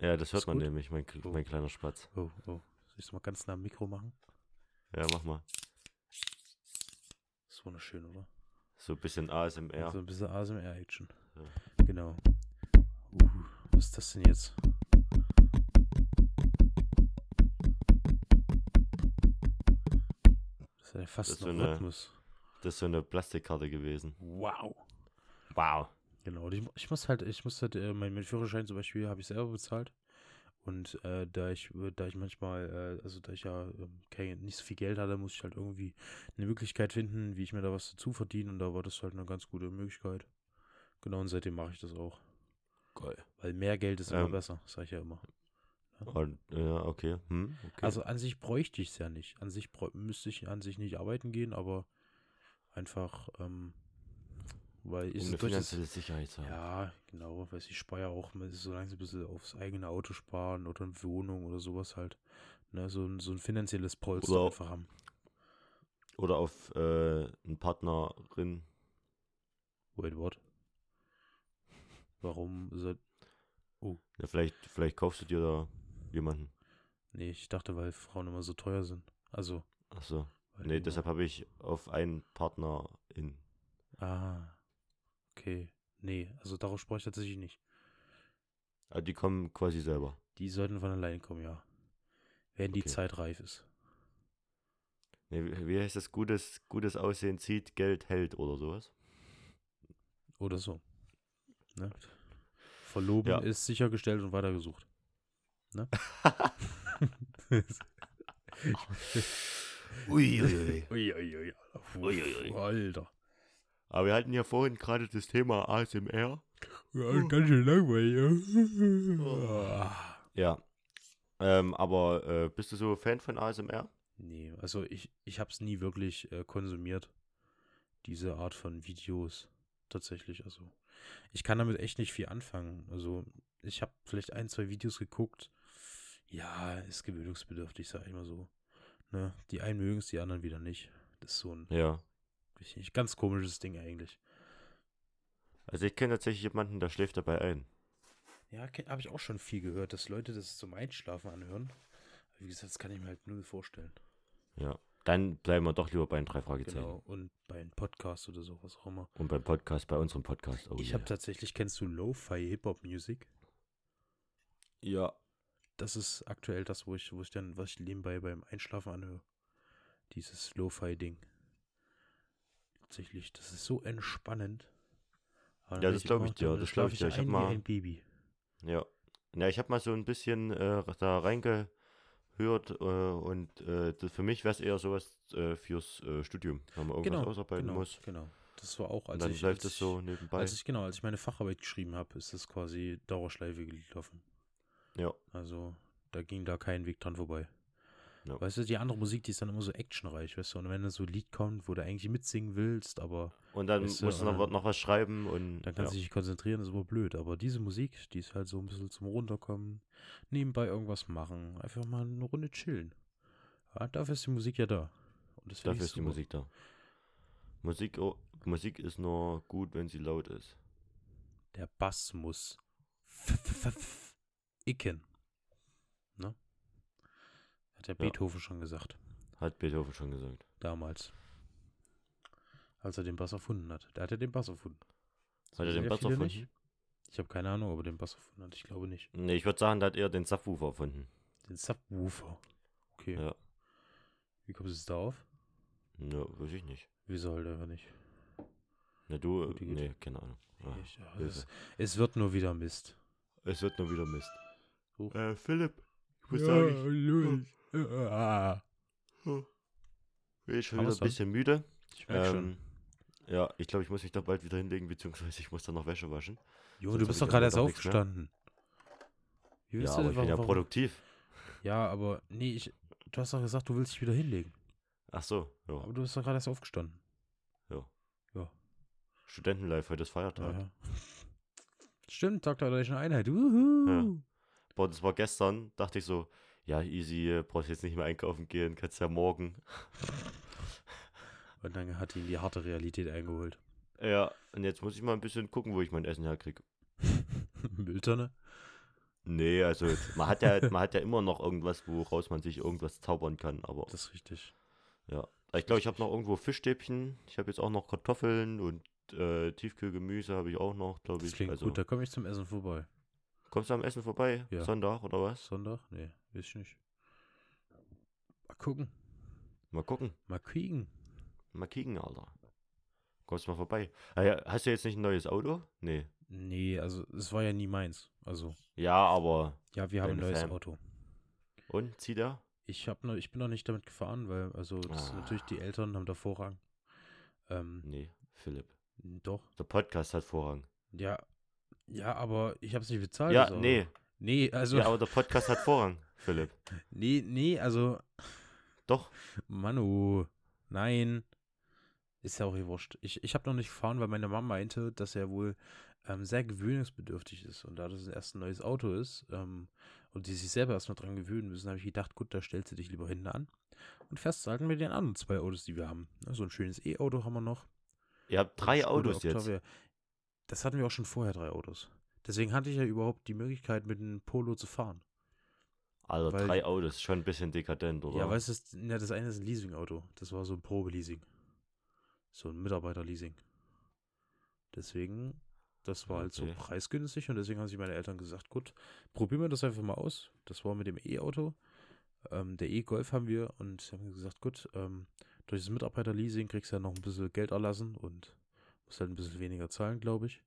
Speaker 3: Ja, das hört
Speaker 1: Ist
Speaker 3: man
Speaker 1: gut?
Speaker 3: nämlich, mein,
Speaker 1: Oh.
Speaker 3: mein kleiner Spatz.
Speaker 1: Oh, oh. Soll ich es mal ganz nah am Mikro machen?
Speaker 3: Ja, mach mal.
Speaker 1: Ist wunderschön, oder?
Speaker 3: So ein bisschen ASMR.
Speaker 1: So ein bisschen ASMR-Action.
Speaker 3: Ja.
Speaker 1: Genau. Uh, was ist das denn jetzt? Das ist ja fast
Speaker 3: Das ist
Speaker 1: ein
Speaker 3: so eine-
Speaker 1: Rhythmus.
Speaker 3: Das ist so eine Plastikkarte gewesen.
Speaker 1: Wow.
Speaker 3: Wow.
Speaker 1: Genau, und ich, mu- ich muss halt, ich muss halt, äh, mein, mein Führerschein zum Beispiel habe ich selber bezahlt. Und äh, da ich, äh, da ich manchmal, äh, also da ich ja ähm, kein, nicht so viel Geld hatte, muss ich halt irgendwie eine Möglichkeit finden, wie ich mir da was dazu verdiene. Und da war das halt eine ganz gute Möglichkeit. Genau, und seitdem mache ich das auch.
Speaker 3: Geil.
Speaker 1: Weil mehr Geld ist immer
Speaker 3: Ähm,
Speaker 1: besser, sage ich ja immer.
Speaker 3: Und, ja, okay. Hm, okay.
Speaker 1: Also an sich bräuchte ich es ja nicht. An sich bräu- müsste ich an sich nicht arbeiten gehen, aber einfach, ähm, weil
Speaker 3: um
Speaker 1: ich
Speaker 3: eine
Speaker 1: durch das-
Speaker 3: finanzielle Sicherheit zu haben.
Speaker 1: Ja, genau, weiß ich spare ja auch mal so langsam ein bisschen aufs eigene Auto sparen oder eine Wohnung oder sowas halt. Ne, so, ein, so ein finanzielles Polster
Speaker 3: Oder-
Speaker 1: einfach haben.
Speaker 3: Oder auf äh, einen Partnerin.
Speaker 1: Wait, what? Warum? So,
Speaker 3: Ja, vielleicht, vielleicht kaufst du dir da jemanden.
Speaker 1: nee, ich dachte, weil Frauen immer so teuer sind. Also.
Speaker 3: Achso.
Speaker 1: weil
Speaker 3: Nee,
Speaker 1: die
Speaker 3: deshalb habe ich auf einen Partnerin.
Speaker 1: immer- Ah, okay. Nee, also darauf spare ich tatsächlich nicht.
Speaker 3: Ah, die kommen quasi selber.
Speaker 1: Die sollten von alleine kommen, ja. Wenn die
Speaker 3: Okay.
Speaker 1: Zeit reif ist.
Speaker 3: Nee, wie- wie heißt das? Gutes, gutes Aussehen zieht, Geld hält oder sowas.
Speaker 1: Oder so. Ne? Verloben
Speaker 3: Ja.
Speaker 1: ist sichergestellt und weitergesucht. Ne?
Speaker 3: Uiuiui.
Speaker 1: Uiuiui.
Speaker 3: Uiuiui.
Speaker 1: Alter.
Speaker 3: Aber wir hatten ja vorhin gerade das Thema ASMR.
Speaker 1: ganz schön
Speaker 3: Oh.
Speaker 1: langweilig. Ah.
Speaker 3: Ja. Ähm, aber äh, bist du so Fan von ASMR?
Speaker 1: Nee, also ich, ich habe es nie wirklich äh, konsumiert, diese Art von Videos. Tatsächlich, also ich kann damit echt nicht viel anfangen. Also ich habe vielleicht ein, zwei Videos geguckt. Ja, ist gewöhnungsbedürftig, sag ich mal so. Ne? Die einen mögen es, die anderen wieder nicht. Das ist so ein
Speaker 3: Ja.
Speaker 1: richtig, ganz komisches Ding eigentlich.
Speaker 3: Also ich kenne tatsächlich jemanden, der schläft dabei ein.
Speaker 1: Ja, habe ich auch schon viel gehört, dass Leute das zum Einschlafen anhören. Wie gesagt, das kann ich mir halt null vorstellen.
Speaker 3: Ja. Dann bleiben wir doch lieber bei den drei Fragezeichen.
Speaker 1: Genau, und bei einem Podcast oder so, was auch immer.
Speaker 3: Und beim Podcast, bei unserem Podcast. Oh
Speaker 1: ich
Speaker 3: yeah.
Speaker 1: habe tatsächlich, kennst du Lo-Fi Hip-Hop-Musik?
Speaker 3: ja.
Speaker 1: Das ist aktuell das, wo ich, wo ich dann, was ich nebenbei beim Einschlafen anhöre. Dieses Lo-Fi-Ding. Tatsächlich, das ist so entspannend. Aber dann
Speaker 3: Ja,
Speaker 1: weiß
Speaker 3: das glaub ich
Speaker 1: oh,
Speaker 3: dir,
Speaker 1: dann
Speaker 3: das
Speaker 1: schlaf
Speaker 3: glaub ich dir. Ich hab
Speaker 1: ein wie
Speaker 3: mal-
Speaker 1: ein Baby.
Speaker 3: Ja. Na, ich habe mal so ein bisschen äh, da reingehört äh, und äh, das, für mich wäre es eher sowas äh, fürs äh, Studium, wenn man irgendwas
Speaker 1: Genau,
Speaker 3: ausarbeiten
Speaker 1: Genau,
Speaker 3: muss.
Speaker 1: genau. Das war auch,
Speaker 3: Und
Speaker 1: als
Speaker 3: dann
Speaker 1: ich...
Speaker 3: läuft
Speaker 1: als
Speaker 3: es so
Speaker 1: ich,
Speaker 3: nebenbei.
Speaker 1: als ich, genau, als ich meine Facharbeit geschrieben habe, ist das quasi Dauerschleife gelaufen.
Speaker 3: ja,
Speaker 1: Also, da ging da kein Weg dran vorbei.
Speaker 3: Ja.
Speaker 1: Weißt du, die andere Musik, die ist dann immer so actionreich, weißt du, und wenn da so ein Lied kommt, wo du eigentlich mitsingen willst, aber
Speaker 3: und dann
Speaker 1: Weißt du,
Speaker 3: musst du noch,
Speaker 1: und dann-
Speaker 3: noch was schreiben und
Speaker 1: äh, dann kannst
Speaker 3: ja.
Speaker 1: du dich nicht konzentrieren, ist immer blöd. Aber diese Musik, die ist halt so ein bisschen zum Runterkommen, nebenbei irgendwas machen, einfach mal eine Runde chillen. Ja, dafür ist die Musik ja da. Und das find ich
Speaker 3: dafür ist die
Speaker 1: super.
Speaker 3: Musik da. Musik, oh, Musik ist nur gut, wenn sie laut ist.
Speaker 1: Der Bass muss icken. Ne? Hat der
Speaker 3: Ja.
Speaker 1: Beethoven schon gesagt.
Speaker 3: Hat Beethoven schon gesagt.
Speaker 1: damals. Als er den Bass erfunden hat. Da hat er den Bass erfunden. Das
Speaker 3: Hat er
Speaker 1: wissen
Speaker 3: den
Speaker 1: ja
Speaker 3: Bass
Speaker 1: viele
Speaker 3: erfunden?
Speaker 1: Nicht. Ich habe keine Ahnung, ob er den Bass erfunden hat. Ich glaube nicht.
Speaker 3: Nee, ich würde sagen, da hat er den Subwoofer erfunden.
Speaker 1: Den Subwoofer. Okay.
Speaker 3: Ja.
Speaker 1: Wie kommst du jetzt darauf?
Speaker 3: Ne, weiß ich nicht.
Speaker 1: Wieso halt einfach nicht?
Speaker 3: Na du,
Speaker 1: Gute
Speaker 3: äh,
Speaker 1: Güte.
Speaker 3: nee, keine Ahnung. Ah,
Speaker 1: Ich, ja,
Speaker 3: Hilfe.
Speaker 1: es, es wird nur wieder Mist.
Speaker 3: Ah. es wird nur wieder Mist.
Speaker 1: Huch.
Speaker 3: Äh, Philipp, ich muss sagen,
Speaker 1: Luis. Ah.
Speaker 3: ich bin schon
Speaker 1: Aber
Speaker 3: wieder ein
Speaker 1: sonst-
Speaker 3: bisschen müde.
Speaker 1: Ich merk schon.
Speaker 3: Ähm, Ja, ich glaube, ich muss mich da bald wieder hinlegen, beziehungsweise ich muss dann noch Wäsche waschen.
Speaker 1: Junge, du
Speaker 3: sonst hab
Speaker 1: bist
Speaker 3: ich
Speaker 1: doch gerade
Speaker 3: ja wohl
Speaker 1: erst
Speaker 3: doch nichts mehr.
Speaker 1: aufgestanden.
Speaker 3: Ja,
Speaker 1: Jüngste,
Speaker 3: aber ich bin ja
Speaker 1: warum-
Speaker 3: produktiv.
Speaker 1: Ja, aber nee, ich, du hast doch gesagt, du willst dich wieder hinlegen.
Speaker 3: Ach so, ja.
Speaker 1: Aber du bist doch gerade erst aufgestanden.
Speaker 3: ja.
Speaker 1: Ja.
Speaker 3: Studentenlife, heute ist Feiertag.
Speaker 1: Daher. Ah, Stimmt, Tag der Deutschen Einheit. Uhu.
Speaker 3: Boah, das war gestern, dachte ich so, ja, easy, äh, brauchst jetzt nicht mehr einkaufen gehen, kannst ja morgen.
Speaker 1: Und dann hat ihn die harte Realität eingeholt.
Speaker 3: Ja, und jetzt muss ich mal ein bisschen gucken, wo ich mein Essen herkriege.
Speaker 1: Mülltonne?
Speaker 3: Nee, also jetzt, man hat ja man hat ja immer noch irgendwas, woraus man sich irgendwas zaubern kann, aber
Speaker 1: Das ist richtig.
Speaker 3: ja. Ich glaube, ich habe noch irgendwo Fischstäbchen, ich habe jetzt auch noch Kartoffeln und äh, Tiefkühlgemüse habe ich auch noch, glaube
Speaker 1: Das
Speaker 3: ich.
Speaker 1: klingt
Speaker 3: Also,
Speaker 1: gut, da komme ich zum Essen vorbei.
Speaker 3: kommst du am Essen vorbei?
Speaker 1: Ja.
Speaker 3: Sonntag oder was?
Speaker 1: Sonntag? Nee, weiß ich nicht. Mal gucken.
Speaker 3: Mal gucken.
Speaker 1: Mal kriegen.
Speaker 3: Mal kicken, Alter. Kommst mal vorbei. Ah, ja, hast du jetzt nicht ein neues Auto? Nee.
Speaker 1: Nee, also es war ja nie meins. Also,
Speaker 3: Ja, aber.
Speaker 1: ja, wir haben ein
Speaker 3: Deine
Speaker 1: neues
Speaker 3: Fam.
Speaker 1: Auto.
Speaker 3: Und? Zieht er?
Speaker 1: Ich, hab noch, ich bin noch nicht damit gefahren, weil, also, das sind
Speaker 3: Ah.
Speaker 1: natürlich die Eltern haben da Vorrang. Ähm,
Speaker 3: Nee, Philipp.
Speaker 1: doch.
Speaker 3: Der Podcast hat Vorrang.
Speaker 1: Ja. Ja, aber ich habe es nicht bezahlt.
Speaker 3: ja,
Speaker 1: das Auto.
Speaker 3: nee.
Speaker 1: Nee, also,
Speaker 3: Ja, aber der Podcast hat Vorrang, Philipp.
Speaker 1: nee, nee, also,
Speaker 3: Doch.
Speaker 1: Manu, nein. Ist ja auch ihr Wurscht. Ich, ich habe noch nicht gefahren, weil meine Mama meinte, dass er wohl ähm, sehr gewöhnungsbedürftig ist. Und da das erst ein neues Auto ist ähm, und die sich selber erstmal dran gewöhnen müssen, habe ich gedacht, gut, da stellst du dich lieber hinten an und fährst halt mit den anderen zwei Autos, die wir haben. Ne, So ein schönes E-Auto haben wir noch.
Speaker 3: Ihr habt drei
Speaker 1: Skoda
Speaker 3: Autos jetzt.
Speaker 1: Octavia. Das hatten wir auch schon vorher, drei Autos. Deswegen hatte ich ja überhaupt die Möglichkeit, mit einem Polo zu fahren.
Speaker 3: Alter,
Speaker 1: Weil-
Speaker 3: drei Autos. Schon ein bisschen dekadent, oder?
Speaker 1: Ja, weißt du, das- na, das eine ist ein Leasing-Auto. Das war so ein Probeleasing. So ein Mitarbeiter-Leasing. Deswegen, das war halt so
Speaker 3: Okay.
Speaker 1: preisgünstig und deswegen haben sich meine Eltern gesagt, gut, probieren wir das einfach mal aus. Das war mit dem E-Auto. Ähm, der E-Golf haben wir und haben gesagt, gut, ähm, durch das Mitarbeiter-Leasing kriegst du ja noch ein bisschen Geld erlassen und musst halt ein bisschen weniger zahlen, glaube ich.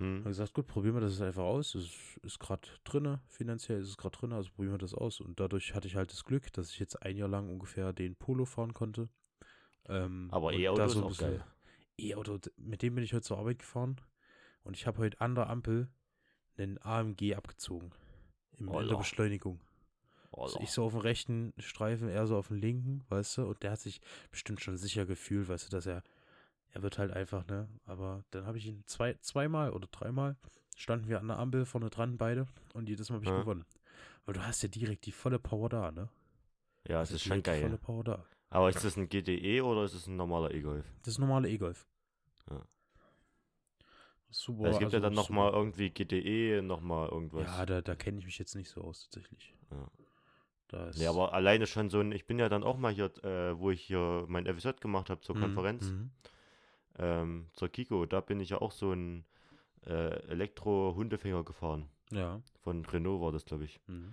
Speaker 1: Haben
Speaker 3: Hm?
Speaker 1: gesagt, gut, probieren wir das jetzt einfach aus. Es ist, ist gerade drinne, finanziell ist es gerade drinne, also probieren wir das aus. Und dadurch hatte ich halt das Glück, dass ich jetzt ein Jahr lang ungefähr den Polo fahren konnte. Ähm,
Speaker 3: Aber
Speaker 1: und
Speaker 3: E-Auto
Speaker 1: da
Speaker 3: ist
Speaker 1: ein
Speaker 3: auch
Speaker 1: bisschen-
Speaker 3: geil.
Speaker 1: E-Auto, d- mit dem bin ich heute zur Arbeit gefahren und ich habe heute an der Ampel einen AMG abgezogen. Im, in
Speaker 3: Ola.
Speaker 1: der Beschleunigung. Also
Speaker 3: Alter.
Speaker 1: ich so auf dem rechten Streifen, er so auf dem linken, weißt du, und der hat sich bestimmt schon sicher gefühlt, weißt du, dass er, er wird halt einfach, ne? Aber dann habe ich ihn zwei, zweimal oder dreimal standen wir an der Ampel vorne dran, beide, und jedes Mal habe ich
Speaker 3: Ja.
Speaker 1: gewonnen. Weil du hast ja direkt die volle Power da, ne?
Speaker 3: ja, es
Speaker 1: Also
Speaker 3: ist schon
Speaker 1: direkt die volle
Speaker 3: geil.
Speaker 1: Power da.
Speaker 3: Aber ist das ein GTE oder ist das ein normaler E-Golf?
Speaker 1: Das ist normale E-Golf.
Speaker 3: Ja.
Speaker 1: Super.
Speaker 3: Es gibt ja
Speaker 1: also
Speaker 3: dann
Speaker 1: super.
Speaker 3: nochmal irgendwie GTE, nochmal irgendwas.
Speaker 1: Ja, da, da kenne ich mich jetzt nicht so aus, tatsächlich.
Speaker 3: Ja.
Speaker 1: Da ist
Speaker 3: Nee, aber alleine schon so ein, ich bin ja dann auch mal hier, äh, wo ich hier mein FSJ gemacht habe zur
Speaker 1: Mhm,
Speaker 3: Konferenz,
Speaker 1: mhm.
Speaker 3: ähm, zur Kiko, da bin ich ja auch so ein äh, Elektro-Hundefänger gefahren.
Speaker 1: Ja.
Speaker 3: Von Renault war das, glaube ich.
Speaker 1: Mhm.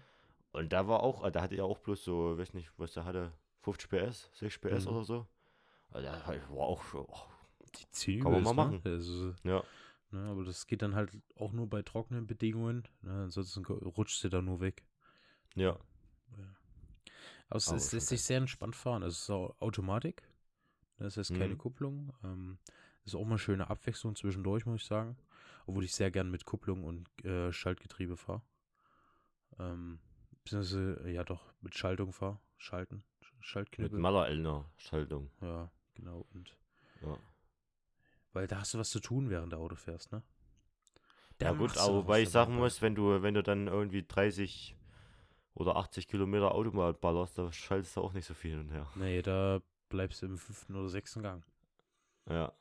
Speaker 3: Und da war auch, äh, da hatte er auch bloß so, weiß nicht, was der hatte, 50 PS, 60 PS
Speaker 1: Mhm.
Speaker 3: oder so. Also, da war ich- war auch schon, oh,
Speaker 1: Die ziehen
Speaker 3: Kann man
Speaker 1: übelst,
Speaker 3: mal
Speaker 1: ne?
Speaker 3: machen.
Speaker 1: Also,
Speaker 3: ja.
Speaker 1: Ne, aber das geht dann halt auch nur bei trockenen Bedingungen. Ne, ansonsten ko- rutscht sie da nur weg.
Speaker 3: Ja,
Speaker 1: Aber es,
Speaker 3: Aber
Speaker 1: es
Speaker 3: schon
Speaker 1: lässt sich sehr entspannt fahren. Es ist auch Automatik. Das heißt keine
Speaker 3: Mhm.
Speaker 1: Kupplung. Ähm, ist auch mal schöne Abwechslung zwischendurch, muss ich sagen. Obwohl ich sehr gern mit Kupplung und äh, Schaltgetriebe fahre. Ähm, beziehungsweise, äh, ja doch, mit Schaltung fahre. Schalten. Sch-
Speaker 3: mit
Speaker 1: Schaltknüppel.
Speaker 3: Malerellner Schaltung.
Speaker 1: ja, genau. Und,
Speaker 3: Ja,
Speaker 1: weil da hast du was zu tun, während du Auto fährst, ne? Da
Speaker 3: ja gut,
Speaker 1: machst du noch
Speaker 3: aber
Speaker 1: was
Speaker 3: wobei ich
Speaker 1: dabei. ne?
Speaker 3: sagen muss, wenn du, wenn du dann irgendwie 30 oder 80 Kilometer Autobahn ballerst, da schaltest du auch nicht so viel hin und her.
Speaker 1: Nee, da bleibst du im fünften oder sechsten Gang.
Speaker 3: Ja.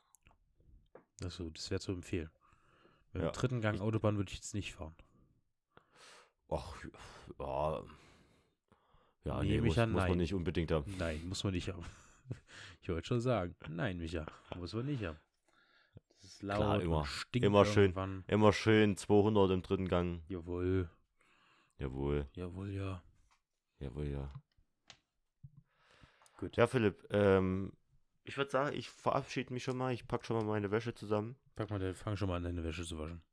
Speaker 1: Also, das wäre zu empfehlen. Im
Speaker 3: Ja.
Speaker 1: dritten Gang
Speaker 3: Ich-
Speaker 1: Autobahn würde ich jetzt nicht fahren.
Speaker 3: Ach, ja. Ja, nee,
Speaker 1: Nehme ich
Speaker 3: muss,
Speaker 1: an,
Speaker 3: muss man
Speaker 1: nein.
Speaker 3: nicht unbedingt haben.
Speaker 1: Nein, muss man nicht haben. Ich wollte schon sagen, nein, Micha, muss man nicht haben. Das ist laut,
Speaker 3: Klar,
Speaker 1: und
Speaker 3: immer.
Speaker 1: stinkt
Speaker 3: Immer schön.
Speaker 1: irgendwann.
Speaker 3: Immer schön 200 im dritten Gang.
Speaker 1: Jawohl,
Speaker 3: Jawohl,
Speaker 1: jawohl, ja.
Speaker 3: jawohl, ja.
Speaker 1: Gut.
Speaker 3: Ja, Philipp, ähm, ich würde sagen, ich verabschiede mich schon mal. Ich packe schon mal meine Wäsche zusammen.
Speaker 1: Pack mal, deine- fang schon mal an, deine Wäsche zu waschen.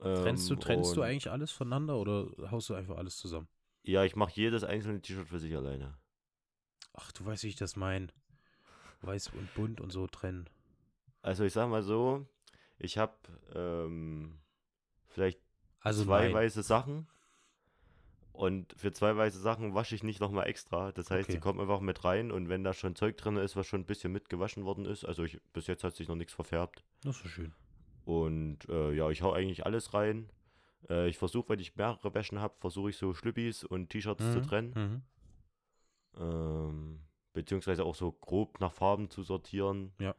Speaker 3: Ähm,
Speaker 1: Trennst du, trennst du
Speaker 3: und-
Speaker 1: eigentlich alles voneinander oder haust du einfach alles zusammen?
Speaker 3: Ja, ich mache jedes einzelne T-Shirt für sich alleine.
Speaker 1: Ach, du weißt, wie ich das meine. Weiß und bunt und so trennen.
Speaker 3: Also ich sag mal so, ich habe ähm, vielleicht
Speaker 1: Also
Speaker 3: zwei
Speaker 1: nein.
Speaker 3: weiße Sachen. Und für zwei weiße Sachen wasche ich nicht nochmal extra. Das heißt, die
Speaker 1: Okay.
Speaker 3: kommen einfach mit rein und wenn da schon Zeug drin ist, was schon ein bisschen mitgewaschen worden ist, also ich, bis jetzt hat sich noch nichts verfärbt.
Speaker 1: Das ist so schön.
Speaker 3: Und äh, ja, ich hau eigentlich alles rein. Äh, ich versuche, wenn ich mehrere Wäschen habe, versuche ich so Schlüppis und T-Shirts zu
Speaker 1: Mhm,
Speaker 3: trennen.
Speaker 1: Mhm.
Speaker 3: Ähm, beziehungsweise auch so grob nach Farben zu sortieren.
Speaker 1: Ja.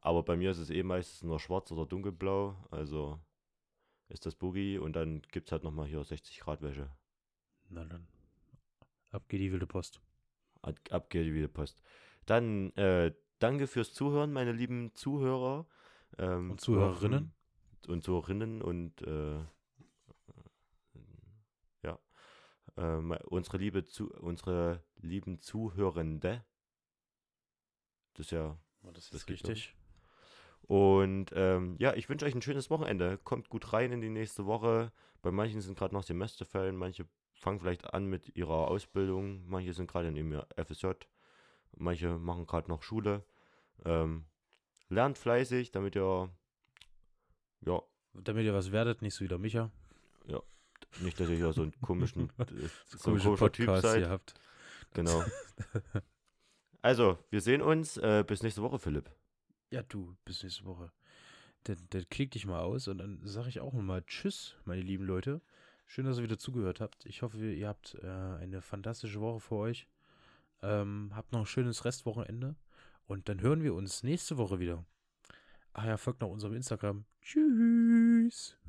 Speaker 3: Aber bei mir ist es eh meistens nur schwarz oder dunkelblau. Also ist das Boogie und dann gibt es halt nochmal hier 60 Grad Wäsche.
Speaker 1: Na dann. Ab geht die wilde Post.
Speaker 3: Ab, ab geht die wieder Post. Dann äh, danke fürs Zuhören, meine lieben Zuhörer. ähm,
Speaker 1: Und Zuhörerinnen.
Speaker 3: Und Zuhörerinnen und äh, ja. Ähm, unsere liebe zu unsere lieben Zuhörende. Das ist ja
Speaker 1: War Oh, das
Speaker 3: Das geht Und ähm, ja, ich wünsche euch ein schönes Wochenende. Kommt gut rein in die nächste Woche. Bei manchen sind gerade noch Semesterferien, manche fangen vielleicht an mit ihrer Ausbildung, manche sind gerade in ihrem FSJ, manche machen gerade noch Schule. Ähm, lernt fleißig, damit ihr ja
Speaker 1: Damit ihr was werdet, nicht so wieder Micha.
Speaker 3: nicht, dass ihr hier so einen komischen, so ein
Speaker 1: Komische
Speaker 3: komischer Typ
Speaker 1: Podcasts
Speaker 3: seid.
Speaker 1: ihr habt.
Speaker 3: Genau. Also, wir sehen uns. Äh, bis nächste Woche, Philipp.
Speaker 1: Ja, du, bis nächste Woche. Dann, dann klick dich mal aus und dann sage ich auch nochmal Tschüss, meine lieben Leute. Schön, dass ihr wieder zugehört habt. Ich hoffe, ihr habt äh, eine fantastische Woche vor euch. Ähm, habt noch ein schönes Restwochenende. Und dann hören wir uns nächste Woche wieder. Ach ja, folgt noch unserem Instagram. Tschüss.